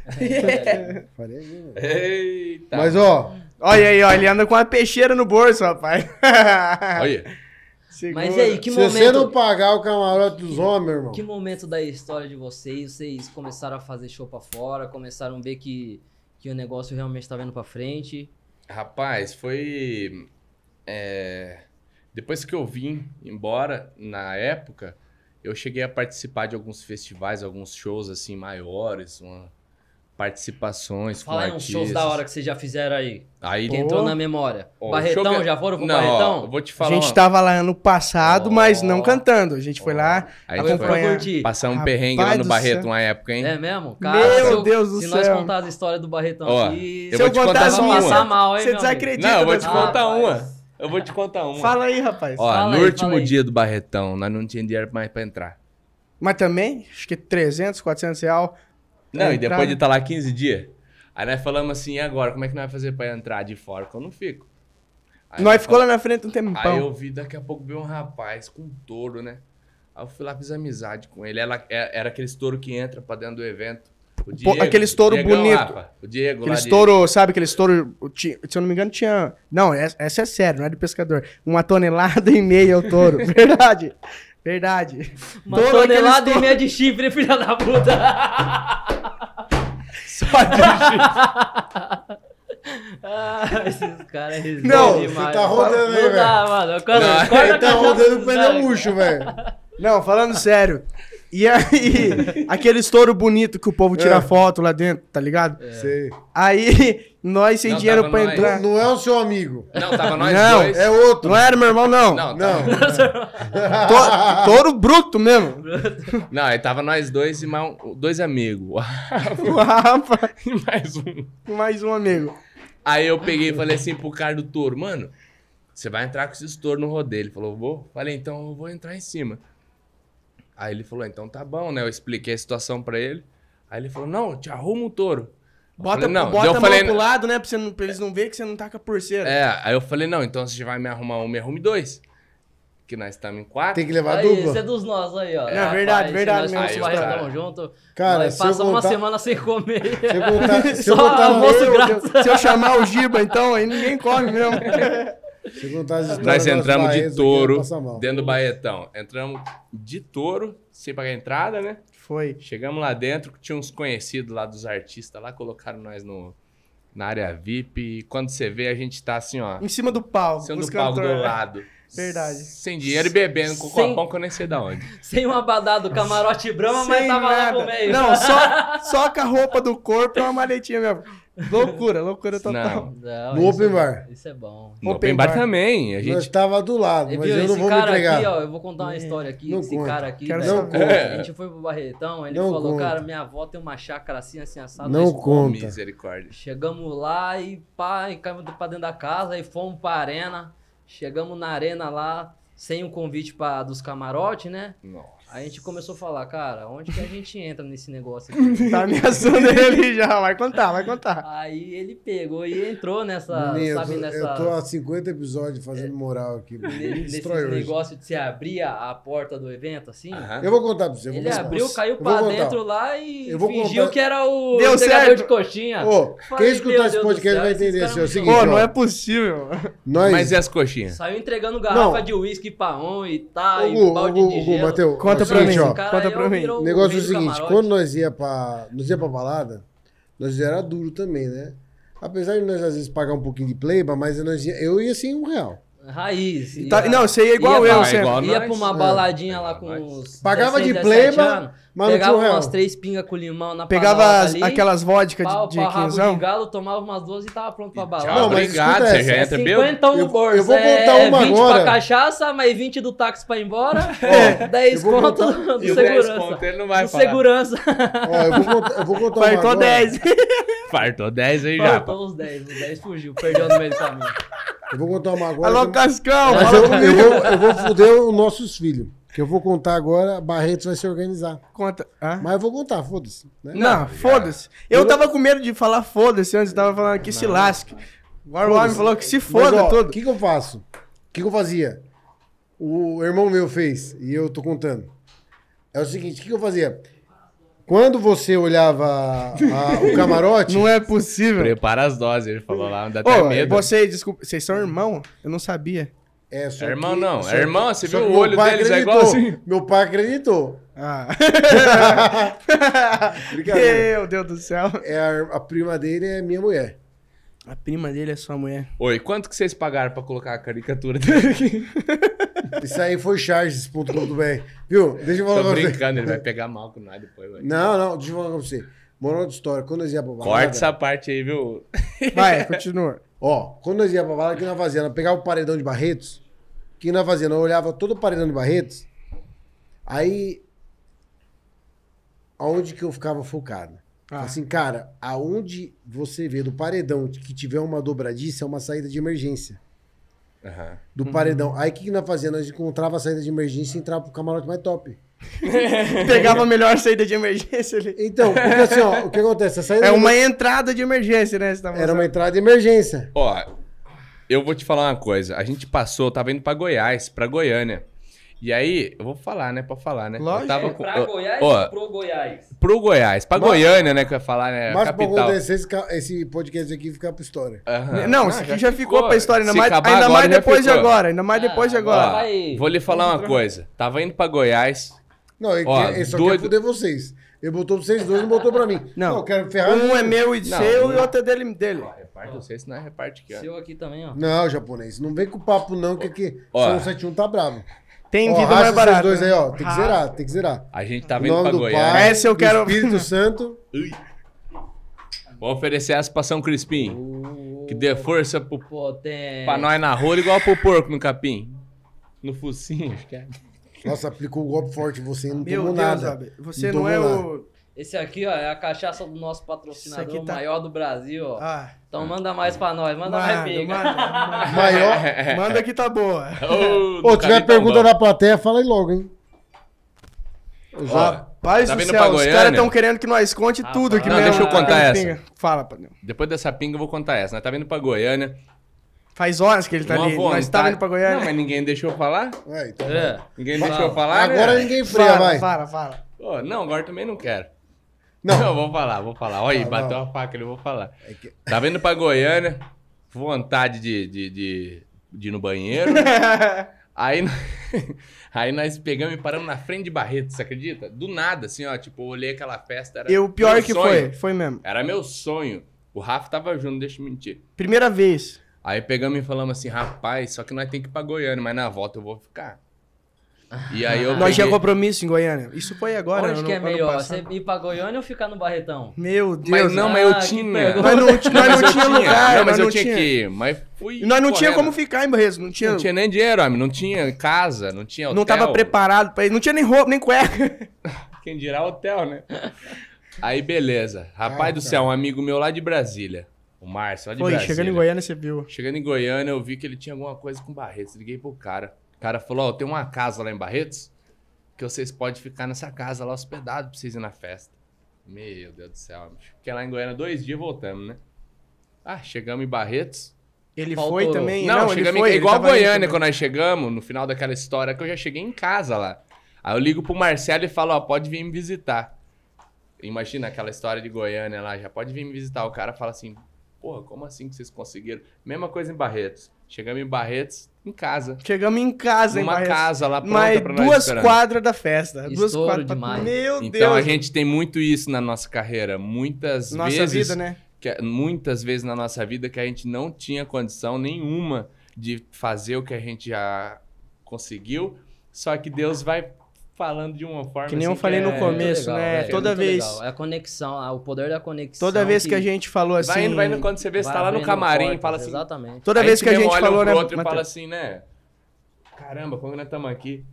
Faria Limer.
Eita.
Mas, ó,
Olha aí, ó, ele anda com uma peixeira no bolso, rapaz.
ah, Olha,
Segura.
Mas e aí, que
se você
momento,
não pagar o camarote dos homens, meu irmão.
que momento da história de vocês, vocês começaram a fazer show pra fora, começaram a ver que, que o negócio realmente tá vendo pra frente?
rapaz, foi é, depois que eu vim embora na época, eu cheguei a participar de alguns festivais, alguns shows assim maiores, uma- participações com
Fala aí uns
artistas.
shows da hora que vocês já fizeram aí,
Aí
que
Pô.
entrou na memória.
Ó, deixa eu
Barretão,
ver-
já foram pro
não, ó,
Barretão?
eu vou te
A
falar.
gente tá
uma-
tava lá ano passado,
Ó.
mas não cantando. A gente foi
Ó.
lá.
Aí
Vamos
foi-
pra acompanhar.
curtir.
Passamos um
Rapaz
perrengue lá no
do
Barreto
céu.
uma época, hein?
É mesmo?
Meu
se eu-
Deus do
se
céu.
nós contar as histórias do Barretão
Ó,
aqui,
eu vou te contar
as
vai
minhas.
passar mal, hein,
Você
meu amigo?
desacredita.
Não, eu vou
das
te
coisas.
contar
Rapaz.
uma. Eu vou te contar uma.
Fala aí, rapaz.
Ó,
Fala
no
aí, fala
último
aí.
dia do Barretão, nós não tinha dinheiro mais pra entrar.
Mas também, acho que 300, 400 reais.
Não, e depois
Entrar, né?
de estar lá 15 dias, aí nós falamos assim, e agora, como é que nós vamos fazer pra entrar de fora? Que eu não fico. Aí
Nós ficou lá na frente um
Aí
tempão.
eu vi, daqui a pouco veio um rapaz com um touro, né? Aí eu fui lá, fiz amizade com ele. Ela, é- era aquele touro que entra pra dentro do evento. O Diego,
aquele touro
Diegão
bonito.
Rafa, o Diego
Aquele
lá de-
estouro, sabe? Aquele estouro, o ti- se eu não me engano, tinha. Não, essa essa é sério, não é de pescador. Uma tonelada e meia o touro. Verdade. Verdade.
Uma
Touro, aquele
tonelada e
touro.
meia de chifre, filha da puta.
Só de
Ah, esses caras resenham
Não,
você
demais.
tá rodando aí,
Não dá,
velho.
mano. Quando,
Não,
quando
Ele tá
acaba
rodando
esses
o pneu
caras,
murcho, velho.
Não, falando sério. E aí, aquele estouro bonito que o povo tira
É.
foto lá dentro, tá ligado?
Sei.
Aí, nós sem
É. Não,
dinheiro
tava
pra
nós.
entrar.
Não é o seu amigo.
Não, tava nós
Não,
dois.
É outro.
Não era meu irmão, não.
Não,
Não.
tava-
To- touro bruto mesmo.
não, aí tava nós dois e mais um- dois amigos.
O Rafa,
e mais um.
mais um amigo.
Aí eu peguei e falei assim pro cara do touro, mano, você vai entrar com esses touros no rodeio. Ele falou, vou. Falei, então eu vou entrar em cima. Aí ele falou, então tá bom, né? Eu expliquei a situação pra ele. Aí ele falou, não, eu te arrumo um touro. Eu
Bota,
falei, não,
bota
Daí
a
eu
mão
falei,
pro lado, né? Pra, você não- pra eles não verem que você não tá com a pulseira.
É, aí eu falei, não, então você vai me arrumar um, me arrume dois. Que nós estamos em quatro.
Tem que levar
Aí, você é
dupla.
dos nós aí, ó.
É, verdade, verdade
Se
mesmo,
nós
cara.
barretão junto,
Cara,
nós
se eu
passamos uma
contar-
semana sem comer.
Se eu botar, se eu
Só
botar no
almoço
É.
meio-
grátis.
Se eu chamar o Giba, então, aí ninguém come mesmo.
Se contar as histórias
Nós
das
entramos
baías
de
aqui,
touro
passa mal.
dentro do Baetão. Entramos de touro, sem pagar entrada, né?
Foi.
Chegamos lá dentro, tinha uns conhecidos lá dos artistas lá, colocaram nós no, na área VIP. E quando você vê, a gente tá assim, ó.
Em cima do pau.
Sendo
os
o palco do
cantor, né?
lado.
Verdade.
Sem dinheiro e bebendo com o
Sem-
copão que eu nem sei da onde.
Sem o abadá do camarote brama, mas
Sem
tava
nada.
lá no meio.
Não, só, só com a roupa do corpo e uma maletinha mesmo. Loucura, loucura total.
Não.
Não,
No
isso-
open bar.
Isso é bom.
No
Open
open bar
bar.
também. A
Nós
gente.
estava do lado,
Viu,
mas eu não
esse
vou me
cara aqui,
entregar.
ó, eu vou contar uma história aqui.
Não
esse
conta.
cara aqui,
Quero
velho,
não conta.
a gente foi pro Barretão, ele
Não
falou,
conta.
cara, minha avó tem uma chácara assim, assim, assada.
Não
nós
conta.
é Misericórdia.
Chegamos lá e pá, e caímos pra dentro da casa e fomos pra arena. Chegamos na arena lá, sem o convite pra, dos camarotes, né?
Nossa.
Aí a gente começou a falar, cara, onde que a gente entra nesse negócio aqui?
Tá ameaçando ele já. Vai contar, vai contar.
Aí ele pegou e entrou nessa,
Menino,
sabe,
eu, tô-
nessa...
eu tô há 50 episódios fazendo moral aqui. Me
ne- Nesse
destrói hoje.
negócio de você abrir a, a porta do evento, assim.
Aham.
Eu vou contar pra você. eu vou
Ele
contar.
abriu,
Eu
caiu
vou
pra
contar.
dentro lá e
Eu vou
fingiu
contar.
que era o
Deu
entregador
certo?
de coxinha.
Ô,
Falei,
quem
meu
escutar esse
Deus
podcast
do céu,
vai
esses
entender.
caras
Assim, é o
me
seguinte,
Pô, não
ó,
é possível.
nós...
Mas
é
e as coxinhas?
Saiu entregando garrafa
Não.
de uísque pra on e tal,
Ô,
e
Gu,
balde
ô, Gu,
de
Gu,
gelo.
Mateus, é
Conta
o
pra mim,
seguinte, ó.
Esse cara
conta
aí um
pra mim.
virou
O negócio é
rei
o
do
seguinte,
camarote.
quando nós ia pra, nós ia pra balada, nós era duro também, né? Apesar de nós às vezes pagar um pouquinho de pleiba, mas nós ia- eu ia sem um real.
Raiz.
E
ia-
tá- não, você ia igual
ia
eu,
pra-
Ah,
sempre.
igual
Ia
nós.
pra uma
É.
baladinha lá com
Nós.
os
Pagava de
16, 17
pleba,
anos,
mas não tinha um
pegava
real.
umas três pingas com limão na
Pegava
panela
as-
ali,
aquelas vodka
pau,
de, de
pau, rabo
quinzão.
de galo, tomava umas duas e tava pronto pra balada.
Tchau,
Não, mas
obrigado,
escuta
você
essa.
já
É
entra bêbado.
50
Eu-
no bolso.
eu vou
é
contar uma
20
agora.
pra cachaça, mais 20 do táxi pra ir embora.
Ó,
10
eu vou
conto
contar-
do
E o 10
segurança.
ponto, ele não vai
Do
falar.
segurança.
Ó, eu vou contar, eu vou contar uma
Fartou
agora.
10.
Fartou 10 aí já.
Faltou os 10. Os 10 fugiu, perdeu no meio do caminho.
Eu vou contar
Tá
uma agora.
Alô, Cascão.
Mas
fala
eu,
comigo.
eu vou, eu vou fuder os nossos filhos. Que eu vou contar agora, Barretos vai se organizar.
Conta. Hã?
Mas eu vou contar, foda-se. Né?
Não, foda-se. Eu tava com medo de falar foda-se antes, eu tava falando que se lasque. Agora o homem falou que se foda
O
todo.
que, que eu faço? O que, que eu fazia? O irmão meu fez, e eu tô contando. É o seguinte, o que, que eu fazia? Quando você olhava a- o camarote,
Não é possível.
Prepara as doses, ele falou lá. Dá
Ô,
até medo.
vocês, desculpa, vocês são irmão? Eu não sabia.
É, só
É irmão
que-
não,
só
é irmão,
que-
você
só
viu
que
o
meu
olho
pai
deles, é
acreditou.
igualzinho.
Meu pai acreditou.
Ah.
Brincadeira.
Meu Deus do céu.
É a, a prima dele é minha mulher.
A prima dele é sua mulher.
Oi, quanto que vocês pagaram pra colocar a caricatura dele aqui?
Isso aí foi charges.com.br. Viu? Deixa eu falar
Tô
pra você.
brincando, ele vai pegar mal com nós depois. Vai.
Não, não, deixa eu falar pra você. Moral de história, quando nós ia pra balada...
Corta essa parte aí, viu?
Vai, continua.
Ó, quando nós ia pra balada, o que nós fazia? Nós pegava o paredão de Barretos, o que nós fazia? Nós olhava todo o paredão de Barretos, aí... Aonde que eu ficava focado?
Ah,
Assim, cara, aonde você vê do paredão que tiver uma dobradiça, é uma saída de emergência.
Aham.
Do paredão. Aí o que, que nós fazíamos? Nós encontrava a saída de emergência e entrava pro camarote mais top.
Pegava a melhor saída de emergência ali.
Então, porque assim, ó, o que acontece? A saída
É
de
uma entrada de emergência, né? Você tá
Era uma entrada de emergência.
Ó, eu vou te falar uma coisa. A gente passou, eu tava indo pra Goiás, pra Goiânia. E aí, eu vou falar, né? Pra falar, né?
Lógico.
Eu tava
É,
com,
Pra
eu-
Goiás
ó,
pro Goiás?
pro Goiás, pra Goiânia, né? Que eu ia falar, né?
Mas pra
capital.
acontecer, esse, ca- esse podcast aqui ficar pra história.
Aham.
Ah,
Não, isso aqui já ficou, pra história. Ainda
Se
mais,
acabar
ainda
agora,
mais
já
depois de
ficou.
agora. Ainda mais depois de
Ah,
Ó,
agora.
Vai.
vou lhe falar uma coisa. Tava indo pra Goiás.
Não, ele,
Ó,
quer- ele só
doido.
quer fuder vocês. Ele botou pra vocês dois não botou pra mim.
Não.
eu quero ferrar.
Um é meu e
Não,
seu
não.
e outro é dele. dele.
Ó, reparte, não sei se não é reparte aqui, ó.
Seu aqui também, ó.
Não, japonês. Não vem com papo, não, que aqui.
Ó.
171 tá bravo.
Tem
Ó,
vida
racha esses
mais barata. né? Ah,
dois aí, ó. Tem que
Racha.
zerar, tem que zerar.
A gente tava
Em
indo
nome
Tá pra
do
Goiás.
Pai,
Essa eu
do
quero-
Espírito Santo.
Vou oferecer essa pra São Crispim.
O-
Que dê força pro,
Potente.
É. pra nós na rola, igual pro porco no capim. No focinho, acho que é.
Nossa, aplicou o golpe forte em você, não
Meu
tomou
Deus,
nada.
Abel, você
Não
não, é
tomou
o.
Esse aqui, ó, é a cachaça do nosso
Isso
patrocinador,
aqui tá-
maior do Brasil, ó.
Ah,
Então manda mais pra nós, manda mais
manda,
biga.
manda,
É,
Maior.
manda. Manda que tá boa.
Ô,
Ô,
do
tiver
Capitão
pergunta
Bob.
na plateia, fala aí logo, hein? Eu já-
Paz
Tá
do
vindo
céu,
pra
os
Goiânia?
caras estão querendo que nós conte
Ah,
Rapaz.
tá.
tudo aqui
Não,
mesmo.
deixa eu contar
Cara,
essa.
pinga. Fala, Padre.
Depois dessa pinga eu vou contar essa. Nós tá vindo pra Goiânia.
Faz horas que ele tá
Uma
ali. Nós tá
vontade-
indo pra
Não,
Goiânia.
mas ninguém deixou eu falar.
Vai, então.
Ninguém
Fala.
deixou eu falar, né?
Agora ninguém freia,
Fala,
vai.
fala, fala.
Ô, não, agora também não quero.
Não.
Não, vou falar, vou falar. Olha aí,
Não,
bateu
não.
a faca, eu vou falar.
É que-
Tá vindo pra Goiânia, vontade de, de, de, de ir no banheiro. Aí, nó- aí nós pegamos e paramos na frente de Barreto, você acredita? Do nada, assim, ó. Tipo, eu olhei aquela festa. Era
E o pior
meu
que
sonho.
foi, foi mesmo.
Era meu sonho. O Rafa tava junto, deixa eu mentir.
Primeira vez.
Aí pegamos e falamos assim, rapaz, só que nós temos que ir pra Goiânia, mas na volta eu vou ficar. E aí eu
Nós
peguei-
tinha compromisso em Goiânia. Isso foi agora,
Onde
ano-
que é
ano
melhor? Você
passado.
ir pra Goiânia ou ficar no Barretão?
Meu Deus.
Mas não,
né?
mas eu
Ah, que
tinha.
pegou.
Nós não, ti- nós não
eu
tinha lugar,
Não, mas
nós
eu
não
tinha
tinha.
que ir. Mas fui.
E nós não tinha
correndo.
como ficar em Barreto, não tinha.
Não tinha nem dinheiro, homem. Não tinha casa, não tinha hotel.
não tava preparado pra ir, não tinha nem roupa, nem cueca.
Quem dirá hotel, né? Aí, beleza. Rapaz
Ah,
do
tá.
céu, um amigo meu lá de Brasília. O Márcio, lá de
Foi,
Brasília.
chegando em Goiânia você viu.
Chegando em Goiânia, eu vi que ele tinha alguma coisa com Barretos. Liguei pro cara. O cara falou: Ó, tem uma casa lá em Barretos que vocês podem ficar nessa casa lá hospedado pra vocês ir na festa. Meu Deus do céu, bicho. Fiquei lá em Goiânia dois dias voltamos, né? Ah, chegamos em Barretos.
Ele
Faltou.
foi também?
não,
ele
chegamos
foi,
em...
ele
igual
tava indo
Goiânia,
também.
quando nós chegamos, no final daquela história, que eu já cheguei em casa lá. Aí eu ligo pro Marcelo e falo: Ó, pode vir me visitar. Imagina aquela história de Goiânia lá, já pode vir me visitar. O cara fala assim: Porra, como assim que vocês conseguiram? Mesma coisa em Barretos. Chegamos em Barretos, em casa.
Chegamos em casa, em
Numa
Barreto.
casa lá pronta
Mas
tá pra nós
duas
esperando.
quadras da festa. Duas
Estouro
quadras. pra-
demais.
Meu
Então
Deus.
a gente tem muito isso na nossa carreira. Muitas
Nossa
vezes.
vida, né?
que- é muitas vezes na nossa vida que a gente não tinha condição nenhuma de fazer o que a gente já conseguiu. Só que Deus vai falando de uma forma.
Que nem eu
assim,
falei
é-
no
muito
começo, né?
velho, é
Toda
muito
vez-
legal. É a conexão, ah, o poder da conexão.
Toda vez que a gente falou assim.
Vai indo, vai indo quando você vê, você
vai
tá lá no
abrindo
camarim e
portas,
fala assim.
Exatamente.
Toda
Aí
vez que a
mesmo
gente
olha um
falou,
pro
né?
outro e fala
Matheus?
assim, né? Caramba, como nós estamos aqui?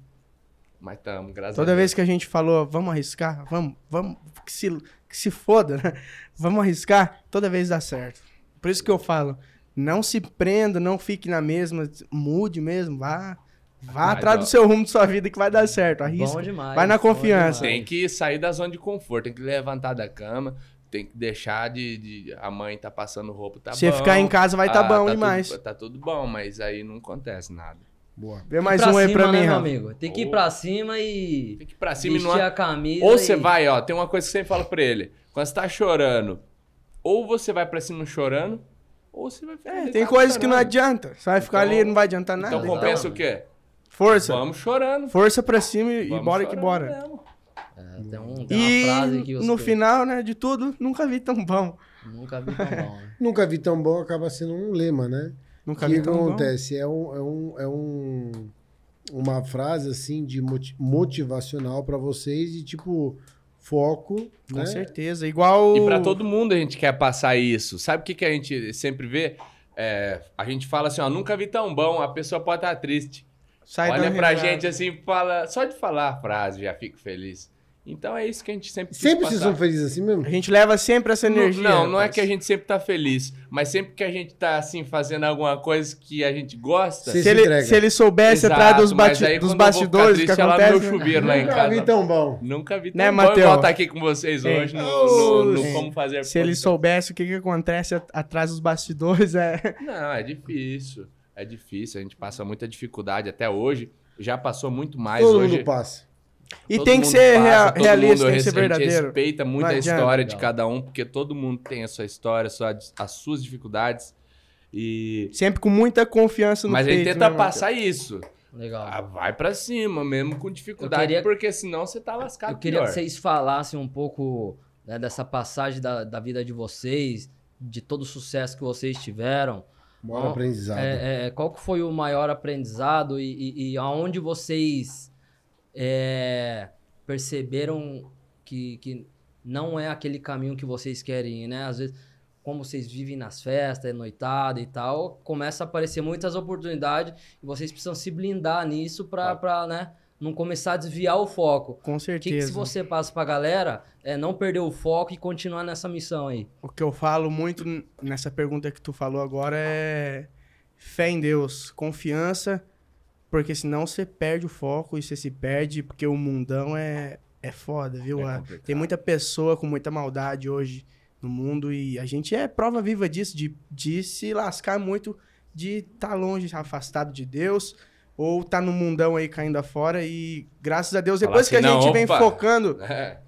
Mas estamos, graças a
Toda
Deus.
vez que a gente falou, vamos arriscar, vamos, vamos, que se, que se foda, né? Vamos arriscar, toda vez dá certo. Por isso que eu falo, não se prenda, não fique na mesma, mude mesmo, vá, vá
Vai,
atrás
ó.
do seu rumo de sua vida que vai dar certo,
Bom
arrisca.
demais.
Vai na
bom
confiança.
Tem
demais.
que sair da zona de conforto, tem que levantar da cama, tem que deixar de. de- a mãe tá passando roupa, tá
Se você
bom.
ficar em casa vai tá
Ah,
bom
tá
demais.
Tudo, tá tudo bom, mas aí não acontece nada.
Boa.
Vê mais
pra
um aí
cima,
pra
né,
mim,
meu
Rafa.
amigo. Tem que ir
Boa.
pra cima e
Tem que ir pra cima e
vestir
não. é-
a camisa.
Ou você
e- é,
vai, ó, tem uma coisa que eu sempre falo pra ele. Quando você tá chorando, ou você vai pra cima chorando, ou você vai ficar.
É,
deitado
Tá
tem coisas que não
chorando.
adianta, você vai ficar
Então-
ali e não vai adiantar nada.
Então compensa o quê?
Força,
Vamos chorando.
força pra cima e
vamos
bora que
chorando
bora.
mesmo.
É, tem um, tem uma frase
E
que os
no
que-
final, né, de tudo, nunca vi tão bom.
Nunca vi tão bom. né?
Nunca vi tão bom, acaba sendo um lema, né? O
Nunca
que
vi tão bom.
acontece? É, um, é, um, é um, uma frase assim de moti- motivacional pra vocês e tipo foco,
Com
né?
certeza. Igual.
E pra todo mundo a gente quer passar isso. Sabe o que, que a gente sempre vê? É, a gente fala assim, ó, nunca vi tão bom, a pessoa pode estar triste.
Sai
Olha
dando
pra
risada.
gente assim, fala, só de falar a frase, já fico feliz. Então é isso que a gente sempre quis
Sempre
passar.
vocês são felizes assim mesmo?
A gente leva sempre essa energia.
Não, não é
rapaz.
que a gente sempre tá feliz, mas sempre que a gente tá assim fazendo alguma coisa que a gente gosta.
Sim,
Se
se
ele,
entrega.
se ele soubesse
Exato,
atrás dos,
mas
bati-
aí quando
dos
eu vou ficar
bastidores que
triste, é lá no
acontece.
meu
né?
chuveiro lá em
Nunca
casa.
vi tão bom.
Nunca vi
Né,
tão bom
Mateus?
igual tá aqui com vocês
É.
hoje no, no- no
É.
como fazer
Se ele
podcast.
soubesse o que, que acontece at- atrás dos bastidores, é.
Não, é difícil. É difícil, a gente passa muita dificuldade até hoje. Já passou muito mais
Todo
hoje.
mundo passa.
E
Todo
tem que
mundo
ser
passa,
rea-
todo
realista,
mundo
tem que
res-
ser
A gente
verdadeiro.
respeita muito
Não
a
adianta,
história de
não.
cada um, porque todo mundo tem a sua história, sua- as suas dificuldades. E...
Sempre com muita confiança no
Mas a gente
peito.
tenta
né, Matheus?
passar isso.
Legal.
Ah, vai pra cima, mesmo com dificuldade,
Eu queria-
porque senão você tá lascado.
Eu queria
pior.
que vocês falassem um pouco né, dessa passagem da, da vida de vocês, de todo o sucesso que vocês tiveram.
Bora
Ó,
aprendizado.
É, é, qual que foi o maior aprendizado e, e- e aonde vocês é, perceberam que, que não é aquele caminho que vocês querem, ir, né? Às vezes, como vocês vivem nas festas, é noitada e tal, começa a aparecer muitas oportunidades e vocês precisam se blindar nisso para, né, não começar a desviar o foco.
Com
O que, que se
certeza.
você passa pra galera é não perder o foco e continuar nessa missão aí?
O que eu falo muito n- nessa pergunta que tu falou agora é fé em Deus, confiança, porque senão você perde o foco e você se perde, porque o mundão é, é foda, viu?
É
A-
complicado.
Tem muita pessoa com muita maldade hoje no mundo e a gente é prova viva disso, de, de se lascar muito, de estar longe, afastado de Deus, ou tá no mundão aí caindo afora e graças a Deus,
Falar
depois que a
assim,
gente
"Não,
vem
opa."
focando,
É.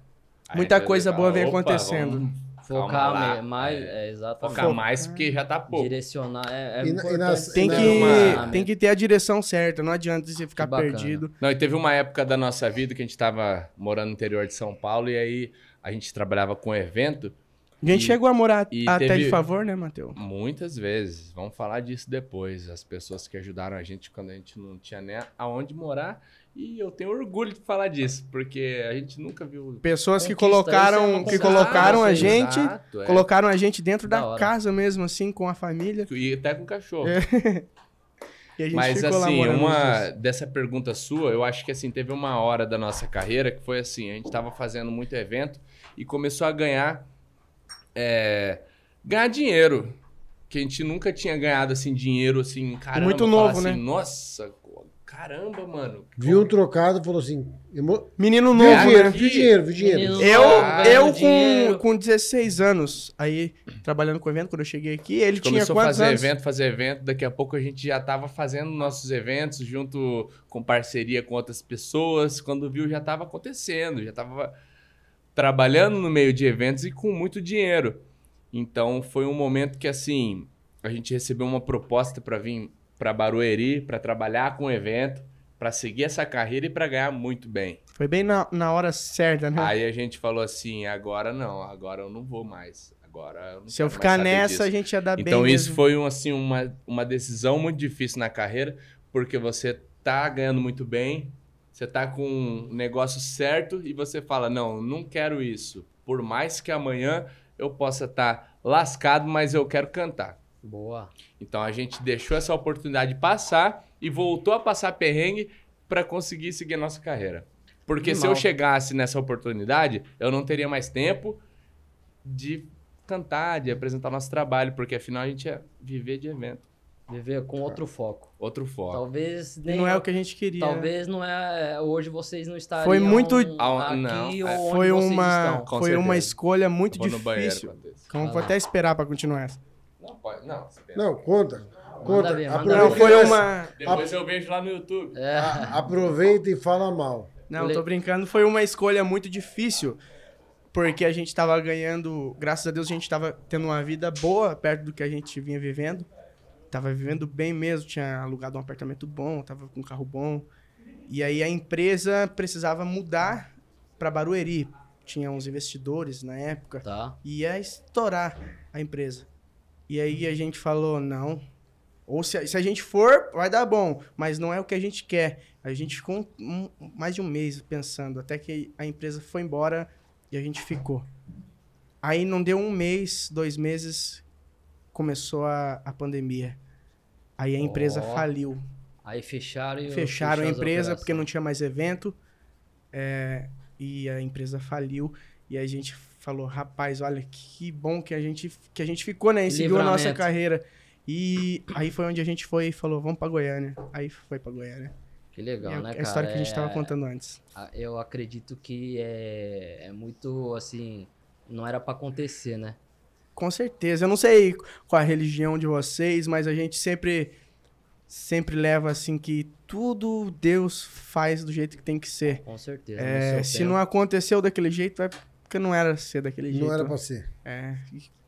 Aí
Muita
a gente
coisa
vai
boa
falar,
vem
"Opa,
acontecendo."
vamos
Focar
lá.
me- mais,
É.
é, exatamente.
Focar mais porque já tá pouco.
Direcionar, é,
E
é
na- e
importante
nas- né,
Tem
Não,
que,
mas-
tem que ter a direção certa, não adianta você ficar
bacana.
perdido.
Não, e teve uma época da nossa vida que a gente tava morando no interior de São Paulo e aí a gente trabalhava com evento
A gente
E-
chegou a morar
e
até
teve-
de favor, né, Matheus?
muitas vezes. Vamos falar disso depois. As pessoas que ajudaram a gente quando a gente não tinha nem aonde morar. E eu tenho orgulho de falar disso, porque a gente nunca viu.
Pessoas que
Conquista,
colocaram,
isso é uma
que
conquista,
colocaram a
isso aí.
gente,
Ah, Exato, é.
colocaram a gente dentro
Da
da,
hora.
casa mesmo, assim, com a família.
E até com cachorro.
E a gente
Mas
É, ficou lá
assim,
morando
uma
juntos.
dessa pergunta sua, eu acho que assim teve uma hora da nossa carreira que foi assim, a gente tava fazendo muito evento e começou a ganhar é, ganhar dinheiro, que a gente nunca tinha ganhado assim dinheiro assim, caramba,
Muito
falar
novo,
assim,
né?
Nossa, caramba, mano.
Viu um trocado e falou assim: emo-
Menino
Viu
novo,
o
Ganhar
dinheiro,
né?
aqui.
viu o dinheiro, viu o dinheiro.
Menino-
Eu,
Ah,
eu
dinheiro.
com, com 16 anos, aí, trabalhando com evento, quando eu cheguei aqui, ele tinha
Começou a
quantos
fazer
anos?
evento, fazer evento, daqui a pouco a gente já tava fazendo nossos eventos junto com parceria com outras pessoas, quando viu já tava acontecendo, já tava trabalhando no meio de eventos e com muito dinheiro. Então foi um momento que assim, a gente recebeu uma proposta para vir para Barueri, para trabalhar com o evento, para seguir essa carreira e para ganhar muito bem.
Foi bem na, na hora certa, né?
Aí a gente falou assim, agora não, agora eu não vou mais. Agora eu não
Se eu
quero mais
ficar
saber
nessa,
disso.
a gente ia dar bem.
Então isso
mesmo.
foi um, assim, uma, uma decisão muito difícil na carreira, porque você tá ganhando muito bem, você tá com um negócio certo e você fala, não, não quero isso. Por mais que amanhã eu possa estar lascado, mas eu quero cantar.
Boa.
Então a gente deixou essa oportunidade passar e voltou a passar perrengue para conseguir seguir a nossa carreira. Porque se eu
Animal.
chegasse nessa oportunidade, eu não teria mais tempo de cantar, de apresentar nosso trabalho, porque afinal a gente ia viver de evento.
Viver com outro foco.
Outro foco.
Talvez nem.
Não é o que a gente queria. né?
Talvez não é. Hoje vocês não estariam.
Foi muito-
Ah,
Aqui
não,
ou
é.
onde
Foi
vocês
uma,
estão.
com
foi uma
certeza.
escolha Tá muito
Vou no banheiro
difícil.
quando isso.
Então,
Vai
vou
lá.
até esperar pra continuar essa.
Não, pode, não. espera.
Não, conta. Conta.
ver, manda
aproveita, assim,
Não,
ver.
foi uma.
Depois eu vejo lá no YouTube.
É.
a- aproveita e fala mal.
Não, tô brincando. Foi uma escolha muito difícil. Porque a gente tava ganhando. Graças a Deus, a gente tava tendo uma vida boa perto do que a gente vinha vivendo. Tava vivendo bem mesmo. Tinha alugado um apartamento bom, tava com um carro bom. E aí a empresa precisava mudar pra Barueri. Tinha uns investidores na época.
Tá.
ia é estourar a empresa. E aí a gente falou, não. Ou se, a- se a gente for, vai dar bom, mas não é o que a gente quer. A gente ficou um- um- mais de um mês pensando, até que a empresa foi embora e a gente ficou. Aí não deu um mês, dois meses, começou a, a pandemia. Aí a empresa
Ó.
faliu.
Aí fecharam e.
Fecharam a
as
empresa
operações.
porque não tinha mais evento. é, e a empresa faliu. E a gente falou, rapaz, olha que bom que a gente, que a gente ficou, né? E seguiu a nossa
Livramento.
carreira. E aí foi onde a gente foi e falou, vamos pra Goiânia. Aí foi pra Goiânia.
Que legal,
E é
né,
a
cara?
história que a gente
É-
tava contando antes.
a- Eu acredito que é, é muito assim. Não era pra acontecer, né?
Com certeza. Eu não sei qual a religião de vocês, mas a gente sempre sempre leva assim que tudo Deus faz do jeito que tem que ser.
Com certeza. no
É,
seu
se
tempo.
não aconteceu daquele jeito, é porque não era ser daquele jeito.
Não era pra ser.
É.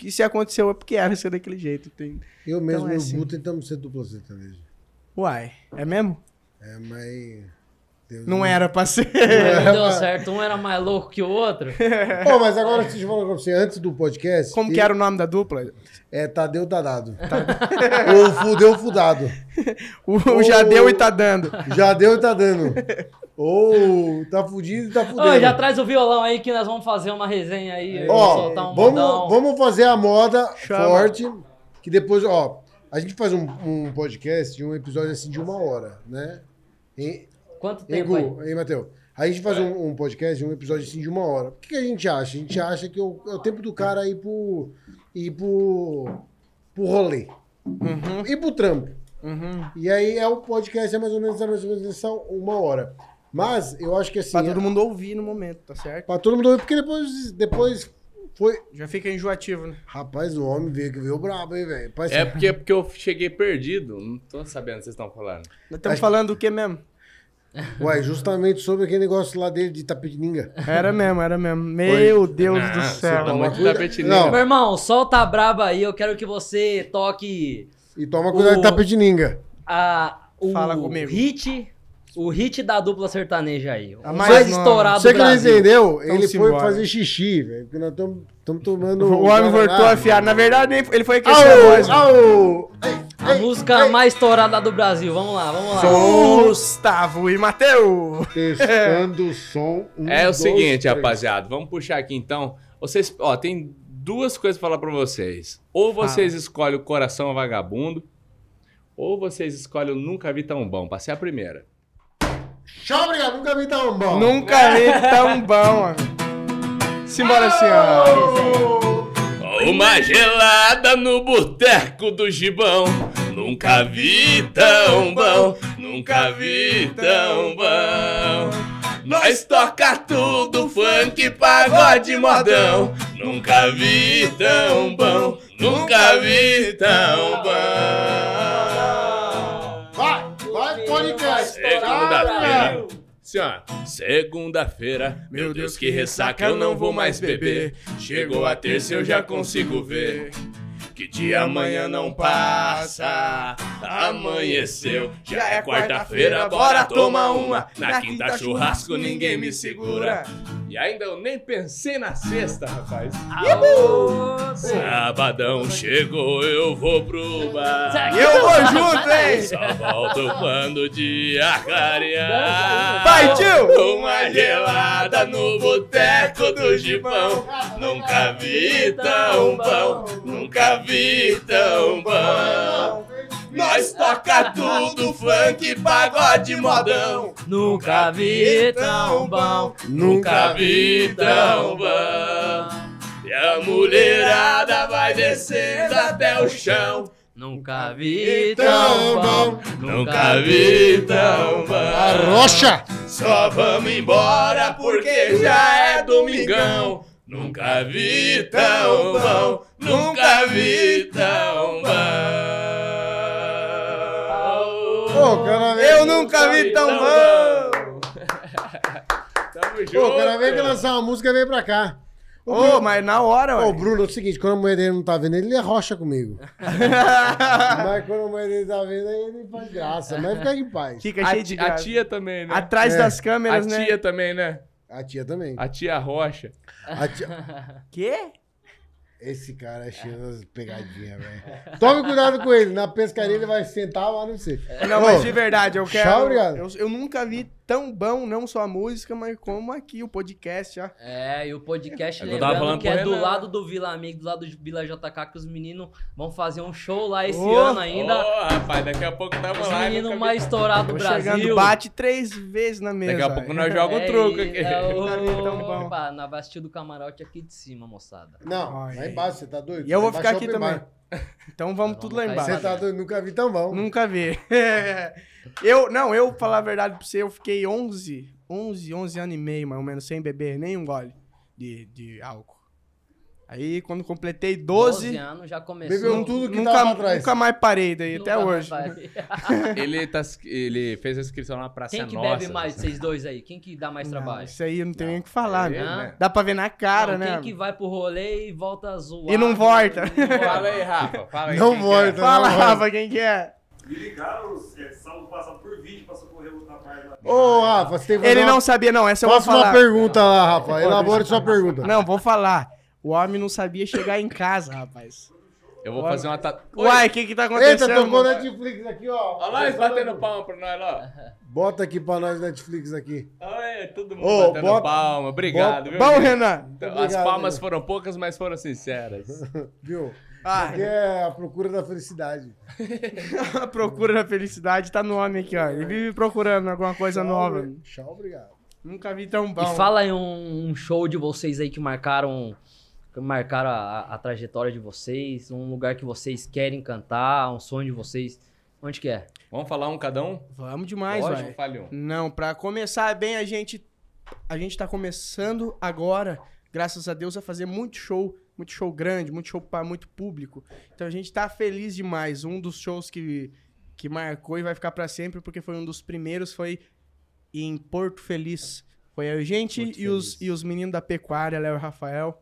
E se aconteceu é porque era ser daquele jeito. Tem...
Eu mesmo
é
e
assim.
o Bu tentamos ser dupla sertaneja.
Uai, é mesmo?
É, mas. Deus
Não é era pra ser.
Mas não deu
Era-
certo, um era mais louco que o outro.
Pô, mas agora deixa eu falar com você, antes do podcast.
Como que
eu-
era o nome da dupla?
É Tadeu Tadado. Ou Fudeu Fudado.
O, o já deu e tá dando.
Já deu e tá dando. Ou tá fudido e tá
Ô,
fudendo.
já traz o violão aí que nós vamos fazer uma resenha aí.
Ó,
vamos soltar um modão.
vamos, vamos fazer a moda
Chama.
forte, que depois, ó, a gente faz um, um podcast, um episódio assim de uma hora, né? Em,
Quanto
em,
tempo aí?
Gu, hein, Matheus? A gente faz um, um podcast, um episódio assim de uma hora. O que, que a gente acha? A gente acha que o- é o tempo do cara ir pro, ir pro, pro rolê,
Uhum,
ir pro trampo.
uhum.
E aí é o podcast, é mais ou menos, é mais ou menos essa uma hora. Mas eu acho que assim.
Pra
é-
todo mundo ouvir no momento, tá certo?
pra todo mundo ouvir, porque depois, depois foi.
Já fica enjoativo, né?
Rapaz, o homem veio que veio brabo, hein, velho? Parece-
É porque, é porque eu cheguei perdido, não tô sabendo o que vocês estão falando.
Nós estamos
Acho-
falando do que mesmo?
Ué, justamente sobre aquele negócio lá dele de Tapetininga.
Era mesmo, era mesmo. Meu Deus do
Ah,
céu.
você tá muito
Não.
tapetinho.
Meu irmão, solta a braba aí, eu quero que você toque
E toma cuidado
O-
de Tapetininga.
a, o
Fala comigo.
hit, o hit da dupla sertaneja aí.
A
O
mais
mais
nova.
estourado
Você
do
que não
Brasil.
entendeu?
Então
ele foi
simbora.
fazer xixi, velho. Porque nós estamos tomando.
O homem voltou
Guaraná.
afiado. Na verdade, ele foi aquecer a voz. né?
Au! Au!
A música mais estourada do Brasil, vamos lá, vamos lá.
Sou Gustavo e Mateu.
Testando o som. um,
É o
dois,
seguinte,
três.
rapaziada, vamos puxar aqui então. Vocês, ó, tem duas coisas pra falar pra vocês. Ou vocês escolhem o Coração Vagabundo, ou vocês escolhem o Nunca Vi Tão Bom. Passei a primeira.
Tchau, obrigado. Nunca me dá um bom.
Nunca vi tão bom. amigo. Simbora assim, ó.
Uma gelada no boteco do gibão. Nunca vi tão bom, nunca vi tão bom. Nós toca tudo, funk, pagode, modão. Nunca vi tão bom, nunca vi tão bom.
Vai, vai,
Tá
podcast.
É,
tá?
Segunda-feira. Assim, ó. Segunda-feira, meu Deus, que ressaca, eu não vou mais beber. Chegou a terça, eu já consigo ver. Que dia amanhã não passa, amanheceu, já é quarta-feira, bora tomar uma. Na quinta churrasco, ninguém me segura. E ainda eu nem pensei na sexta, rapaz. Sabadão chegou, eu vou pro bar.
E eu vou junto, hein?
Só volto quando de acarear.
Vai, tio!
Uma gelada no boteco do Gibão. Nunca vi tão bom, nunca vi tão bom. Nós toca tudo, funk, pagode, modão.
Nunca vi tão bom.
Nunca vi tão bom. E a mulherada vai descendo até o chão.
Nunca vi tão bom.
Nunca vi tão bom.
Rocha!
Só vamos embora porque já é domingão. Nunca vi tão bom, nunca um vi tão bom.
Ô, cara, vem-
Eu nunca um vi tão bom.
Tamo junto.
Pô, cara, vem que lançar uma música, vem pra cá.
Ô, mas na hora,
Ô,
ó.
Bruno, é o seguinte, quando a mulher dele não tá vendo, ele arrocha comigo. Mas quando a mulher dele tá vendo, aí ele faz graça. Mas fica em paz.
Fica é cheio de graça.
também, né?
Atrás
É.
das câmeras, né?
também, né?
A tia também.
A tia Rocha.
A tia-
Quê?
Esse cara é cheio das pegadinhas, velho. Tome cuidado com ele. Na pescaria ele vai sentar lá no você.
É, Não,
Ô,
mas de verdade, eu
tchau,
quero.
obrigado.
Eu, eu nunca vi tão bom, não só a música, mas como aqui, o podcast, ó.
É, e o podcast
É que eu tava
lembrando
falando
que
pro
é do
Renan.
lado do Vila Amigo, do lado do Vila JK, que os meninos vão fazer um show lá esse
Ô,
ano ainda.
Ô, rapaz, daqui a pouco tava
os
lá.
meninos
nunca vi-
mais estourados do
Tô
Brasil.
chegando, bate três vezes na mesa.
Daqui a pouco nós
É,
jogamos o truco
e-
aqui.
é o-
Tá tão bom.
Opa, na Bastia do Camarote aqui de cima, moçada.
Não,
Ai.
lá embaixo, você tá doido?
E eu vou
Lá
ficar
embaixo
aqui
é open
também.
bar.
Então vamos tudo lá
Vamos
embaixo.
Você tá doido? Nunca vi tão bom.
Nunca vi. eu, não, eu, falar a verdade pra você, eu fiquei 11, 11, 11 anos e meio, mais ou menos, sem beber nenhum gole de, de álcool. Aí, quando completei 12,
anos já começou.
Bebeu tudo que
nunca,
tava atrás.
nunca mais parei daí, até
Nunca
hoje.
mais vai.
Ele, tá, ele fez a inscrição na Praça
Quem que
é Nossa.
bebe mais, vocês dois aí? Quem que dá mais
Não,
trabalho?
isso aí eu não tem nem o que falar,
é
né?
Não.
Dá pra ver na cara,
Não,
né?
Quem que vai pro rolê e volta zoado?
E não volta.
e não volta?
Fala aí, Rafa. Fala aí.
Não
quem que
volta.
é?
Fala,
Não,
Rafa, quem que é?
Me ligaram, é, salvo passar por vídeo pra socorrer o rapaz lá.
Ô, Rafa, você tem que
Ele
fazer
não
uma-
sabia, não, essa eu vou
Faça uma
falar.
pergunta lá, Rafa. Elabore sua pergunta.
Não, vou falar. O homem não sabia chegar em casa, rapaz.
Eu vou fazer uma tatu...
Uai, o que que tá
Eita,
acontecendo?
tocou Netflix aqui, ó.
Olha lá eles batendo palma pra nós, lá.
Bota aqui pra nós Netflix aqui.
Olha, todo mundo
Ô,
batendo
bota-
palma. Obrigado, viu?
Bom,
gente?
Renan.
Então, As
Obrigado,
palmas
Renan.
né?
foram poucas, mas foram sinceras.
Viu?
Ah,
Aqui é a procura da felicidade.
A procura da felicidade tá no homem aqui, ó. Ele vive procurando alguma coisa nova.
Tchau, obrigado.
Nunca vi tão bom.
E fala aí um, um show de vocês aí que marcaram que marcaram a, a- a trajetória de vocês, um lugar que vocês querem cantar, um sonho de vocês. Onde que é?
Vamos falar um cada um?
Vamos demais,
Lógico,
velho.
fale um.
Não, pra começar bem, a gente a gente tá começando agora, graças a Deus, a fazer muito show, muito show grande, muito show pra muito público. Então a gente tá feliz demais. Um dos shows que que marcou e vai ficar pra sempre, porque foi um dos primeiros, foi em Porto Feliz. Foi eu e gente
Porto
e os,
Feliz.
e os meninos da pecuária, Léo e Rafael.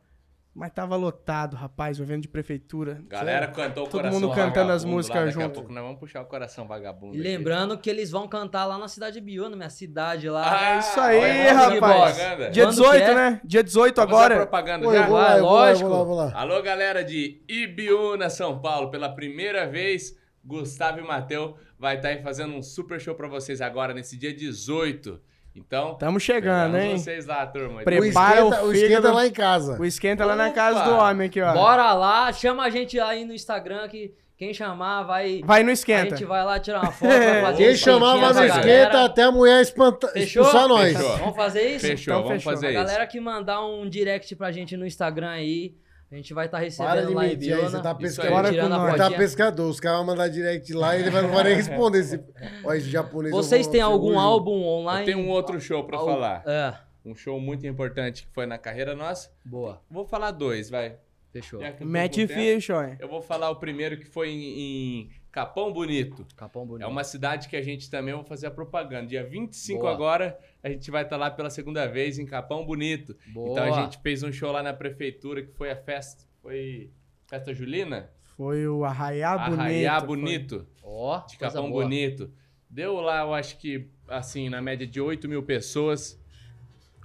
Mas tava lotado, rapaz, o evento de prefeitura.
Galera cantou o
Todo
coração
mundo cantando as
Vagabundo
músicas
lá, Daqui
junto.
a pouco nós vamos puxar o coração vagabundo.
E lembrando que eles vão cantar lá na cidade de Biú, na minha cidade lá.
Ah,
É isso aí,
olha,
rapaz.
propaganda.
Dia
Quando
18,
quer.
né? Dia 18
é? Vamos fazer a
agora.
propaganda
Pô,
já?
eu vou lá, eu vou lá, eu vou lá, eu
lógico.
vou lá.
Alô, galera de Ibiúna, São Paulo. Pela primeira vez, Gustavo e Mateu vai estar aí fazendo um super show pra vocês agora, nesse dia 18. Então,
Tamo chegando,
esperamos
hein?
vocês lá, turma.
O
Prepara- Prepara o
esquenta, o esquenta
fígado.
lá em casa.
O esquenta lá na
Opa!
casa do homem aqui, ó.
Bora lá, chama a gente aí no Instagram que quem chamar vai.
Vai no
A
esquenta.
gente vai lá tirar uma foto, vai fazer um
Quem
esquentinha
chamava
pra
no
galera.
esquenta até a mulher espanta,
Fechou?
expulsar nós.
Fechou.
Vamos fazer isso?
Fechou,
Então,
vamos
fechou.
fazer
A
isso.
galera que mandar um direct pra gente no Instagram aí, a gente vai estar
Para
recebendo
de
lá em
mentir aí, você
Biona.
tá
Isso
pescando.
aí.
Bora
tirando
com
a
nós.
Mas tá
fotinha.
pescador, os caras vão mandar direct lá e ele vai- não vai nem responder esse. Ó, esse japonês. eu
Vocês
vou-
têm
eu vou
algum
junto.
álbum
Eu
online?
tenho um outro show pra
Al-
falar.
É,
Um show muito importante que foi na carreira nossa.
boa,
Vou falar dois, vai.
fechou.
Já que eu tô
Matt
com tempo,
Fish, ó.
Eu vou falar o primeiro que foi em, em Capão Bonito.
Capão bonito.
É uma cidade que a gente também vai fazer a propaganda. Dia 25
Boa.
agora, a gente vai estar lá pela segunda vez em Capão Bonito.
Boa.
Então a gente fez um show lá na prefeitura que foi a festa. Foi. Festa Julina?
Foi o Arraiá
Ah,
Bonito.
Arraiá
foi.
Bonito.
Ó,
De
coisa
Capão
boa.
Bonito. Deu lá, eu acho que, assim, na média de 8 mil pessoas.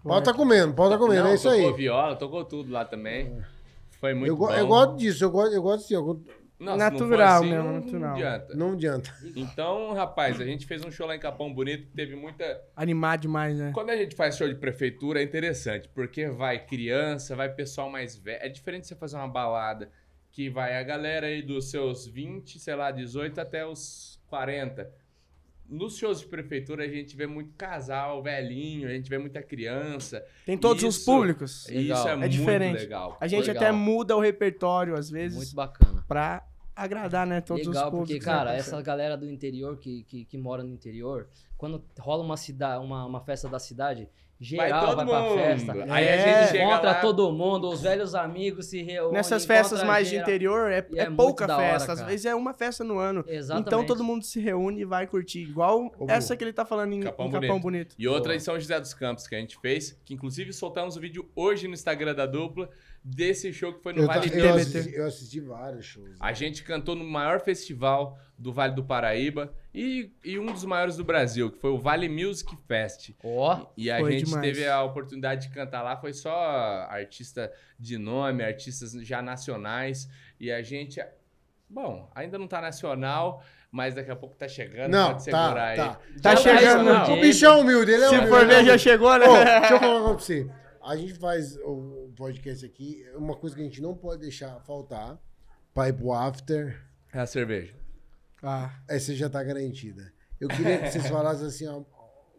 Pau tá comendo, pau tá comendo,
Não,
é isso
tocou
aí.
viola, togou tudo lá também. Foi muito
Eu, go-
bom.
eu gosto disso, eu gosto, eu gosto assim, eu go-
Não, se não for
Natural
assim,
mesmo,
não- Não
natural.
adianta.
não adianta.
Então, rapaz, a gente fez um show lá em Capão Bonito, teve muita.
Animado demais, né?
Quando a gente faz show de prefeitura é interessante, porque vai criança, vai pessoal mais velho. É diferente você fazer uma balada que vai a galera aí dos seus 20, sei lá, 18 até os 40. Nos shows de prefeitura a gente vê muito casal, velhinho, a gente vê muita criança.
Tem todos os
Isso.
públicos.
E isso é,
É
muito
diferente.
legal.
A gente
Legal.
até muda o repertório, às vezes,
Muito bacana.
pra agradar, né? Todos
Legal,
os públicos.
porque,
né,
cara, é
parceiro?
essa galera do interior que, que, que mora no interior, quando rola uma, cida, uma, uma festa da cidade, é geral vai, pra festa.
Aí a
É.
gente chega
Encontra
lá,
todo mundo, os velhos amigos se reúnem.
Nessas
encontra
festas mais de
geral.
interior, é,
um E
é
é muito
pouca
da hora,
festa. às
cara.
vezes é uma festa no ano.
Exatamente.
Então todo mundo se reúne e vai curtir. Igual
Ô, Bu,
essa que ele tá falando em em
Capão
Capão,
Bonito.
Bonito.
E outra
Boa.
em São José dos Campos que a gente fez, que inclusive soltamos o vídeo hoje no Instagram da dupla, desse show que foi no
Eu,
Vale
ta-
do
eu,
TBT.
assisti, eu assisti vários shows.
A gente cantou no maior festival do Vale do Paraíba e, e um dos maiores do Brasil, que foi o Vale Music Fest.
Ó,
E a
Foi
gente
demais.
teve a oportunidade de cantar lá, foi só artista de nome, artistas já nacionais. E a gente. Bom, ainda não tá nacional, mas daqui a pouco tá chegando.
Não,
pode
tá,
segurar aí. Então,
tá.
Tá
Já
chegando.
nacional.
O bicho é humilde, ele é
Se
humilde.
for ver, já chegou, né?
Ô, deixa eu falar uma coisa pra você. A gente faz o podcast aqui, uma coisa que a gente não pode deixar faltar pra ir pro after,
É a cerveja.
Ah,
essa já tá garantida. Eu queria que vocês falassem assim, ó,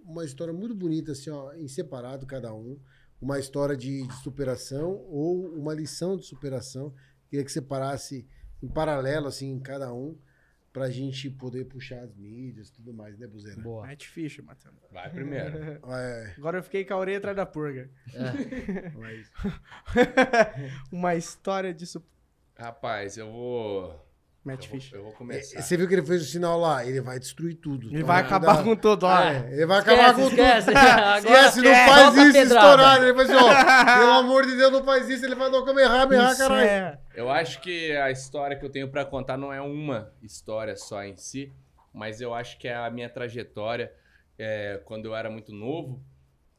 uma história muito bonita, assim, ó, em separado cada um, uma história de, de superação ou uma lição de superação. Queria que separasse em paralelo, assim, em cada um, pra gente poder puxar as mídias e tudo mais, né, Buzeira?
boa.
Matt Fisher, Matheus.
Vai primeiro.
É,
Agora eu fiquei com a orelha atrás da purga.
mas...
uma história de su-
Rapaz, eu vou.
Matt
Eu vou,
Fisher.
eu vou começar.
é, Você viu que ele fez o sinal lá? Ele vai destruir tudo.
Ele
Então,
vai
não
acabar
dá-
com todo, ó.
É, ele vai acabar com
esquece.
tudo.
Agora é
esquece, não
esquece.
faz
Solta a
isso
pedrada.
estourado. Ele vai assim, ó, pelo amor de Deus, não faz isso. Ele vai dar o Kamehameha, errar,
Isso
caralho.
é.
Eu acho que a história que eu tenho pra contar não é uma história só em si, mas eu acho que é a minha trajetória é, quando eu era muito novo,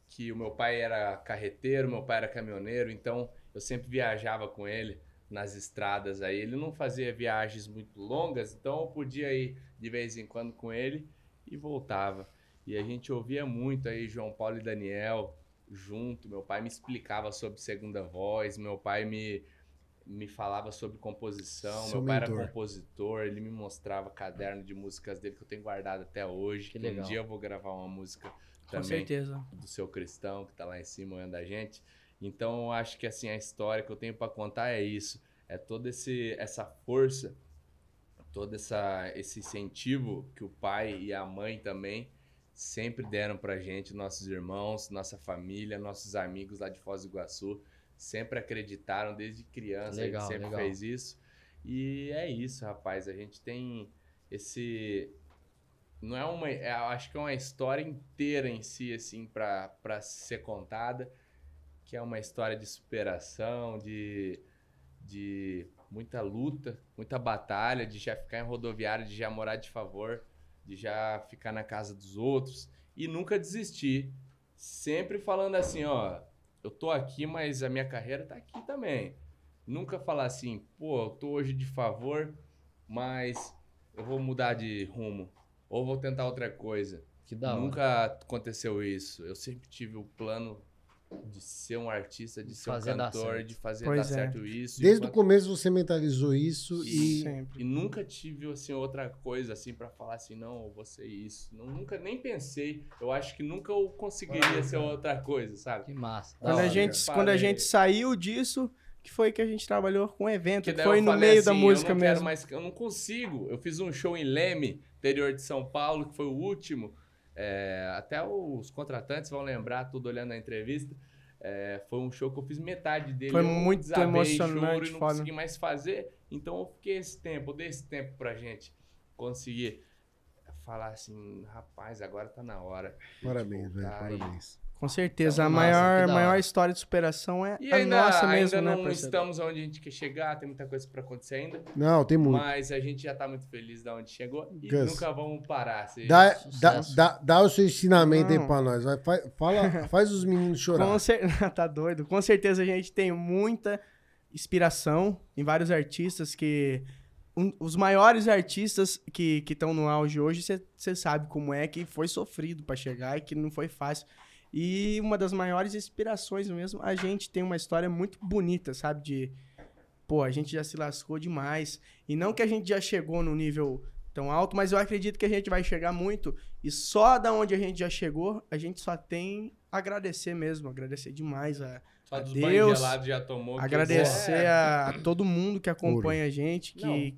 que o meu pai era carreteiro, meu pai era caminhoneiro, então eu sempre viajava com ele nas estradas aí. Ele não fazia viagens muito longas, então eu podia ir de vez em quando com ele e voltava. E a gente ouvia muito aí João Paulo e Daniel junto. Meu pai me explicava sobre segunda voz, meu pai me, me falava sobre composição,
Seu
meu pai
mentor.
era compositor, ele me mostrava caderno de músicas dele que eu tenho guardado até hoje.
Que
que Um
legal.
dia eu vou gravar uma música
Com
também
certeza.
do seu cristão que tá lá em cima olhando a gente. Então eu acho que assim a história que eu tenho para contar é isso, é toda esse essa força, todo essa esse incentivo que o pai e a mãe também sempre deram pra gente, nossos irmãos, nossa família, nossos amigos lá de Foz do Iguaçu, sempre acreditaram desde criança, a
Legal,
gente sempre
legal.
fez isso. E é isso, rapaz, a gente tem esse não é uma, é, acho que é uma história inteira em si assim pra para ser contada, que é uma história de superação, de de muita luta, muita batalha, de já ficar em rodoviária, de já morar de favor, de já ficar na casa dos outros e nunca desistir. Sempre falando assim, ó, eu tô aqui, mas a minha carreira tá aqui também. Nunca falar assim, pô, eu tô hoje de favor, mas eu vou mudar de rumo ou vou tentar outra coisa.
Que da hora.
Nunca aconteceu isso. Eu sempre tive o plano de ser um artista, de,
De
ser um
fazer dar
cantor,
certo.
de fazer
Pois
dar
é.
certo isso.
Desde o
enquanto-
começo você mentalizou isso e.
é.
Sempre.
e nunca tive assim outra coisa assim pra falar assim, não, eu vou ser isso. Nu- Nunca nem pensei. Eu acho que nunca eu conseguiria
né?
ser outra coisa, sabe?
Que massa. da
Quando a,
hora.
gente,
cara.
quando a
Parei.
gente saiu disso, que foi que a gente trabalhou com o evento,
Porque
que
daí
foi
eu
no
falei
meio da
assim,
música
eu não quero
mesmo.
Mais, eu não consigo. Eu fiz um show em Leme, interior de São Paulo, que foi o último. É, até os contratantes vão lembrar, tudo olhando a entrevista. É, foi um show que eu fiz metade dele.
Foi
Eu
muito
desabei,
emocionante,
choro, e não
foda.
consegui mais fazer. Então eu fiquei esse tempo, eu dei esse tempo pra gente conseguir falar assim, rapaz, agora tá na hora.
Parabéns, velho.
Tá
Ai.
Parabéns.
Com certeza,
Então,
a
massa, que
maior,
da
maior
hora.
história de superação é
E
a
ainda,
nossa mesmo,
ainda
né,
não
parceiro?
estamos onde a gente quer chegar, tem muita coisa pra acontecer ainda.
Não, tem muito.
Mas a gente já tá muito feliz da onde chegou e
Gus.
nunca vamos parar. Se...
Dá, dá,
Sucesso.
dá, dá o seu ensinamento aí
Não.
pra nós. Vai, fa- fala, faz os meninos chorar.
Com cer... tá doido. Com certeza a gente tem muita inspiração em vários artistas que. um- os maiores artistas que estão no auge hoje, você sabe como é que foi sofrido pra chegar e que não foi fácil. E uma das maiores inspirações mesmo, a gente tem uma história muito bonita, sabe? De. Pô, a gente já se lascou demais. E não que a gente já chegou no nível tão alto, mas eu acredito que a gente vai chegar muito. E só da onde a gente já chegou, a gente só tem a agradecer mesmo, agradecer demais a,
Só dos
Deus.
banhos gelados já tomou. que
Agradecer
é-
a, a todo mundo que acompanha a gente, que.
Não.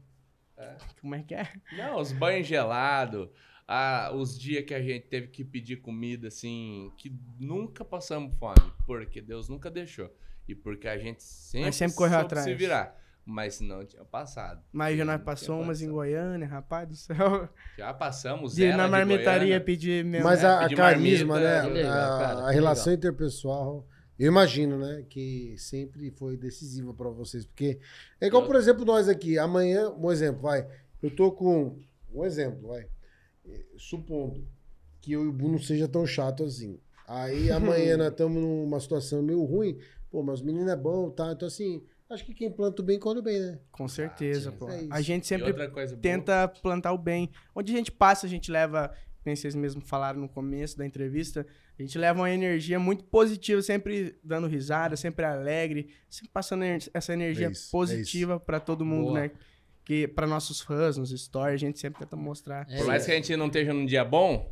É.
Como é que é?
Não, os banhos gelados, a- os dias que a gente teve que pedir comida, assim, que nunca passamos fome, porque Deus nunca deixou. E porque a gente sempre,
Mas sempre correu
soube
atrás.
se virar. Mas não tinha passado.
Mas já
Não
nós
tinha
passou umas em
passado.
Goiânia, rapaz do céu.
Já passamos
De ir na
ela de
marmitaria
Goiânia.
pedir
né?
mesmo.
Mas
é,
a, a
pedir
carisma,
marmita,
né?
que é legal,
a,
cara,
a
que
relação interpessoal, eu imagino, né? Que sempre foi decisiva pra vocês. Porque é igual,
Eu-
por exemplo, nós aqui. Amanhã, um exemplo, vai. Eu tô com. Um exemplo, vai. Eh, Supondo que eu e o Bu não seja tão chato assim. Aí amanhã nós estamos numa situação meio ruim. Pô, mas o menino é bom, tá? Então, assim, acho que quem planta o bem, colhe o bem, né?
Com certeza,
sim.
pô.
É isso.
a gente
E
sempre
outra coisa boa-
tenta plantar o bem. Onde a gente passa, a gente leva, nem vocês mesmos falaram no começo da entrevista, a gente leva uma energia muito positiva, sempre dando risada, sempre alegre, sempre passando ener- essa energia
É isso, é
positiva pra todo mundo,
Boa.
né? Que para nossos fãs, nos stories, a gente sempre tenta mostrar.
É
Por mais
isso.
que a gente não esteja num dia bom,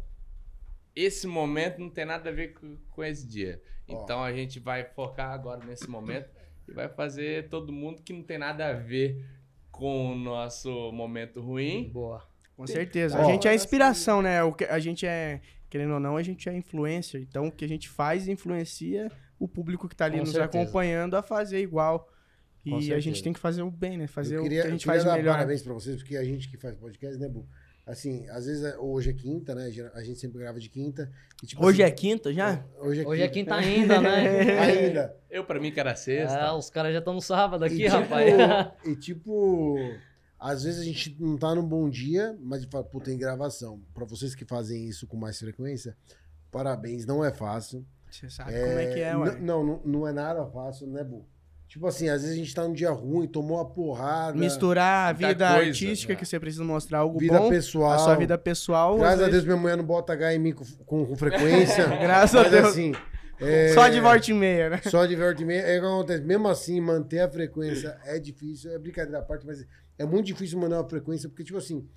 esse momento não tem nada a ver com, com esse dia.
Ó.
Então a gente vai focar agora nesse momento e vai fazer todo mundo que não tem nada a ver com o nosso momento ruim.
Boa.
Com certeza.
Ó.
a gente é inspiração, né? O que a gente é, querendo ou não, a gente é influencer. Então, o que a gente faz influencia o público que tá ali
Com
nos
certeza.
acompanhando a fazer igual. E
Com
a
certeza.
gente tem que fazer o bem, né? Fazer
eu queria,
o que a
eu
gente
queria
faz
dar
melhor.
parabéns pra vocês, porque a gente que faz podcast, né, Bu? Assim, às vezes é- hoje é quinta, né? gera- A gente sempre grava de quinta. e, tipo,
Hoje é
assim,
quinta já?
Hoje é
Hoje é
quinta.
quinta ainda, né?
Ainda.
Eu, pra mim, que era
Ah,
sexta.
os caras já estão no sábado aqui,
e, tipo,
rapaz.
e tipo, às vezes a gente não tá num bom dia, mas fala, pô, tem gravação. Pra vocês que fazem isso com mais frequência, parabéns, não é fácil.
Você sabe como é que é,
N-
ué.
não, não, não é nada fácil, né, Bu? Tipo assim, às vezes a gente tá num dia ruim, tomou uma porrada.
Misturar a
Muita
vida
coisa,
artística
né?
que você precisa mostrar algo
vida
bom,
pessoal.
a sua vida pessoal. às
Graças a
vezes-
Deus minha mulher não bota H em mim com, com- com frequência.
Graças a
Mas,
Deus.
assim, é,
Só de volta e meia, né?
Só de volta e meia. É o que acontece. Mesmo assim, manter a frequência é difícil. É brincadeira à parte, mas é muito difícil manter uma frequência, porque, tipo assim,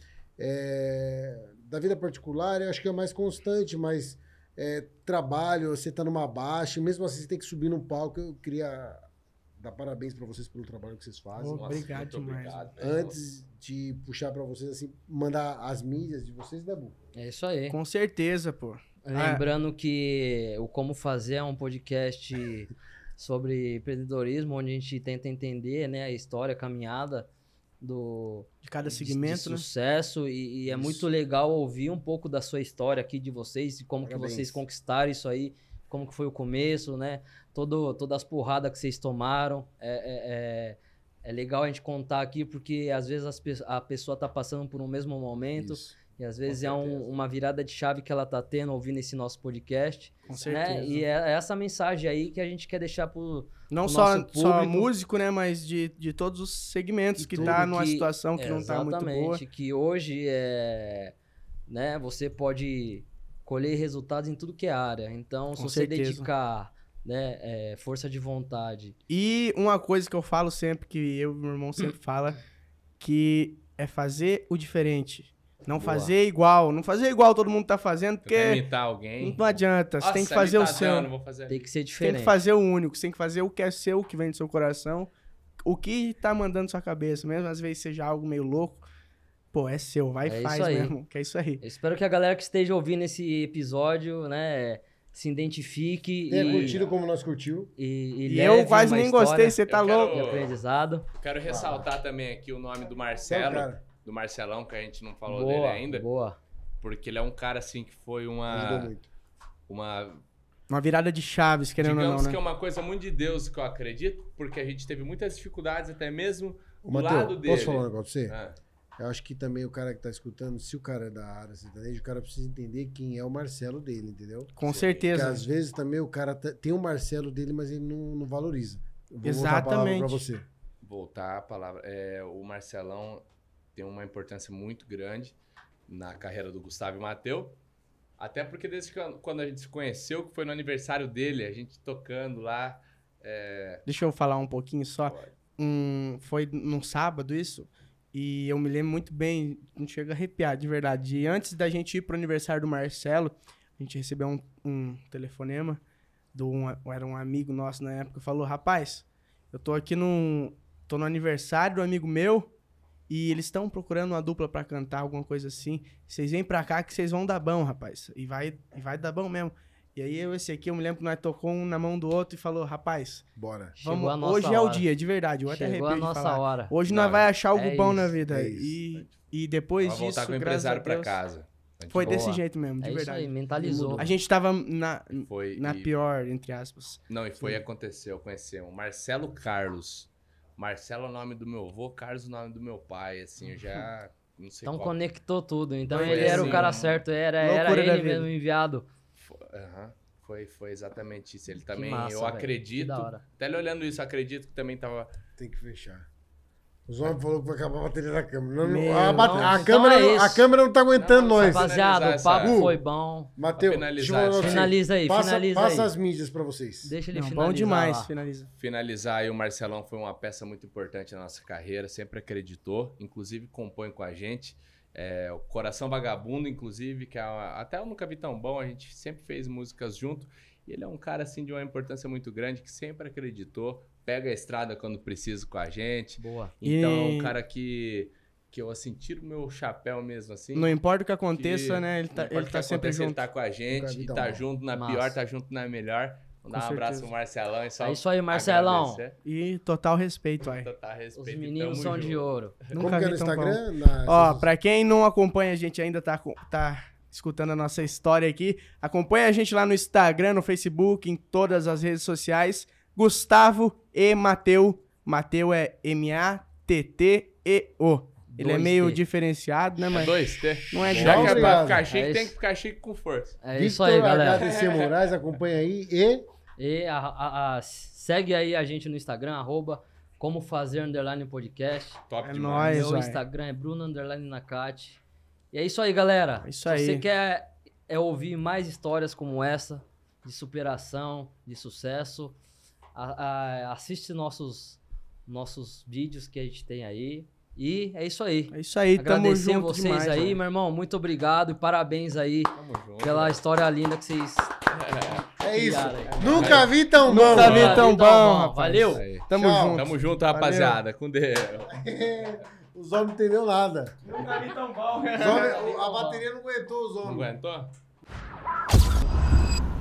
é, da vida particular, eu acho que é mais constante, mas é, trabalho, você tá numa baixa, e mesmo assim você tem que subir no palco. Eu queria dar parabéns pra vocês pelo trabalho que vocês fazem.
Ô, obrigado
muito
demais.
obrigado, né?
Antes de puxar pra vocês, assim, mandar as mídias de vocês, né, Bu?
É isso aí.
Com certeza, pô.
Lembrando que o Como Fazer é um podcast sobre empreendedorismo, onde a gente tenta entender né, a história, a caminhada do
De cada
de- de
segmento, né?
sucesso e, e é muito legal ouvir um pouco da sua história aqui de vocês, de como
Parabéns.
que vocês conquistaram isso aí, como que foi o começo, né? Todo, todas as porradas que vocês tomaram. É, é, é, é legal a gente contar aqui, porque às vezes as pe- a pessoa tá passando por um mesmo momento
Isso.
e às vezes é um-
certeza.
uma virada de chave que ela tá tendo ouvindo esse nosso podcast.
Com
né?
certeza.
E é essa mensagem aí que a gente quer deixar pro.
Não
o
só,
nosso
só
público.
músico, né? Mas de, de todos os segmentos
De
que
tudo
tá numa
que-
situação que não tá muito boa.
Exatamente, que hoje é. Né, você pode colher resultados em tudo que é área. Então, se
Com
você
certeza.
dedicar né, é, força de vontade.
E uma coisa que eu falo sempre, que eu e meu irmão sempre fala, que é fazer o diferente. Não
Boa.
fazer igual. Não fazer igual todo mundo tá fazendo,
Quer
porque
imitar alguém.
não adianta. Você tem que
Nossa,
fazer o
imitar
seu.
dano, vou fazer
Tem que ser
Tem
tá diferente.
que fazer o único, você tem que fazer o que é seu, o que vem do seu coração, o que tá mandando sua cabeça, mesmo às vezes seja algo meio louco. Pô, é seu, vai
É
e faz
isso aí.
mesmo, que é isso aí.
Eu espero que a galera que esteja ouvindo esse episódio, né, se identifique
Tenha
e,
É, curtido como nós curtiu.
e, e
É, E,
leve
eu quase
uma
nem
história
gostei, você tá
Eu quero-
louco.
de aprendizado.
Quero ressaltar também aqui o nome do
Sério,
Marcelo,
é um cara.
do Marcelão, que a gente não falou dele
Boa,
ainda,
boa.
porque ele é um cara assim que foi
Ajudou
uma.
muito.
uma
Uma virada de chaves, querendo ou
digamos
não, né?
que é uma coisa muito de Deus que eu acredito, porque a gente teve muitas dificuldades até mesmo
Ô,
do
Matheus,
lado dele.
posso falar um negócio pra você?
Ah,
Eu acho que também o cara que tá escutando, se o cara é da área sertaneja, o cara precisa entender quem é o Marcelo dele, entendeu?
Com
Porque
Sim.
certeza.
às vezes também o cara tá- tem o Marcelo dele, mas ele não, não valoriza. Eu Vou voltar a palavra
Exatamente.
pra você.
voltar a palavra. É, o Marcelão tem uma importância muito grande na carreira do Gustavo e Mateu. Até porque desde que- quando a gente se conheceu, que foi no aniversário dele, a gente tocando lá. é,
Deixa eu falar um pouquinho só.
Pode.
Um, foi num sábado isso, e eu me lembro muito bem, não chega a arrepiar, de verdade. E antes da gente ir pro aniversário do Marcelo, a gente recebeu um, um telefonema do um, era um amigo nosso na época, falou: "Rapaz, eu tô aqui num tô no aniversário do amigo meu e eles estão procurando uma dupla pra cantar, alguma coisa assim. Vocês vêm pra cá que vocês vão dar bom, rapaz. E vai e vai dar bom mesmo." E aí eu esse aqui, eu me lembro que nós tocou um na mão do outro e falou: "Rapaz,
Bora.
Chegou
Vamos,
a nossa
hoje
hora.
é o dia, de verdade. Eu até
Chegou a
arrepio de
nossa
falar.
hora.
Hoje
Não,
nós vai achar algo
é
bom
isso,
na vida.
é
e, e depois
vai voltar
disso,
com o
graças a
empresário pra
Deus,
casa. A gente
Foi
Boa.
desse jeito mesmo, de
é isso aí,
verdade.
mentalizou.
A gente tava na,
Foi
na
e-
pior, entre aspas.
Não, e foi aconteceu, conheceu. um, Marcelo Carlos. Marcelo é o nome do meu avô, Carlos é o nome do meu pai, assim, eu já não sei
Então
qual.
conectou tudo. Então
Foi
ele era
assim,
o cara
um-
certo, era, era
Loucura da
ele
vida.
mesmo enviado.
Foi, aham, foi, foi exatamente isso. Ele também,
massa,
eu
velho, que
acredito,
da hora.
até ele olhando isso, eu acredito que também tava...
Tem que fechar. Os homens falaram que vai acabar a bateria da câmera. Não,
Meu,
a, bate-
não,
a
então
câmera,
é
não- a
isso.
câmera não tá aguentando
Não,
nós.
essa-
Rapaziada,
finalizar
o papo
essa-
foi bom.
Matheus,
pra
deixa eu falar pra você.
Finaliza aí,
Passa,
finaliza
passa
aí.
as mídias pra vocês.
Deixa ele
Não, bom
finalizar.
demais,
lá.
finaliza.
Finalizar aí, o Marcelão foi uma peça muito importante na nossa carreira, sempre acreditou, inclusive compõe com a gente. É, o Coração Vagabundo, inclusive, que é uma- até eu nunca vi tão bom, a gente sempre fez músicas junto. E ele é um cara assim de uma importância muito grande, que sempre acreditou, pega a estrada quando precisa com a gente.
Boa.
Então é
E-
um cara que, que eu assim, tiro o meu chapéu mesmo assim.
Não importa o que
que-
aconteça, né? Ele
não
tá,
importa
ele
o
tá
que
sempre
aconteça,
junto.
Ele tá com a gente,
Nunca vi
e
tão
tá
bom.
junto na
Massa.
pior, tá junto na melhor. Mandar um
Com
abraço
certeza.
pro Marcelão e só
É isso aí, Marcelão.
agradecer.
E total respeito, uai.
Total Então
Os
tá, respeito,
meninos
tamo
são
junto.
de ouro.
Como que
Nunca
é no
vi tão bom.
Instagram? Nas
Ó,
redes
pra quem não acompanha a gente ainda, tá, co- tá escutando a nossa história aqui, acompanha a gente lá no Instagram, no Facebook, em todas as redes sociais. Gustavo e Mateu. Mateu é M-A-T-T-E-O. Ele é
Dois
meio
T.
diferenciado, né,
É
mas
dois, T.
não é
Bom,
Já que é
grande.
pra
obrigado.
ficar chique,
É
tem
isso.
que ficar chique com força.
É
Victor
isso aí, galera.
HDC Moraes, acompanha aí. E
E a- a- a- segue aí a gente no Instagram, arroba como fazer underline podcast.
Top
É
demais.
nóis.
Meu
vai.
Instagram é Bruno Underline Nakati. E é isso aí, galera.
É isso
Se você
aí.
quer é ouvir mais histórias como essa, de superação, de sucesso, a- a- assiste nossos, nossos vídeos que a gente tem aí. E é isso aí.
É isso aí, tamo
Agradecer
junto
vocês
demais.
aí,
mano.
meu irmão. Muito obrigado e parabéns aí
Tamo junto.
pela história linda que vocês.
é isso.
Criaram aí.
Nunca vi tão bom.
Nunca vi
Valeu,
tão bom,
então,
rapaz.
Valeu.
Aí.
Tamo
Tchau.
junto.
Tamo junto, rapaziada. Com Deus.
Os homens não entenderam nada.
Nunca vi tão bom.
Os homens- a bateria não aguentou os
Não
homens.
aguentou?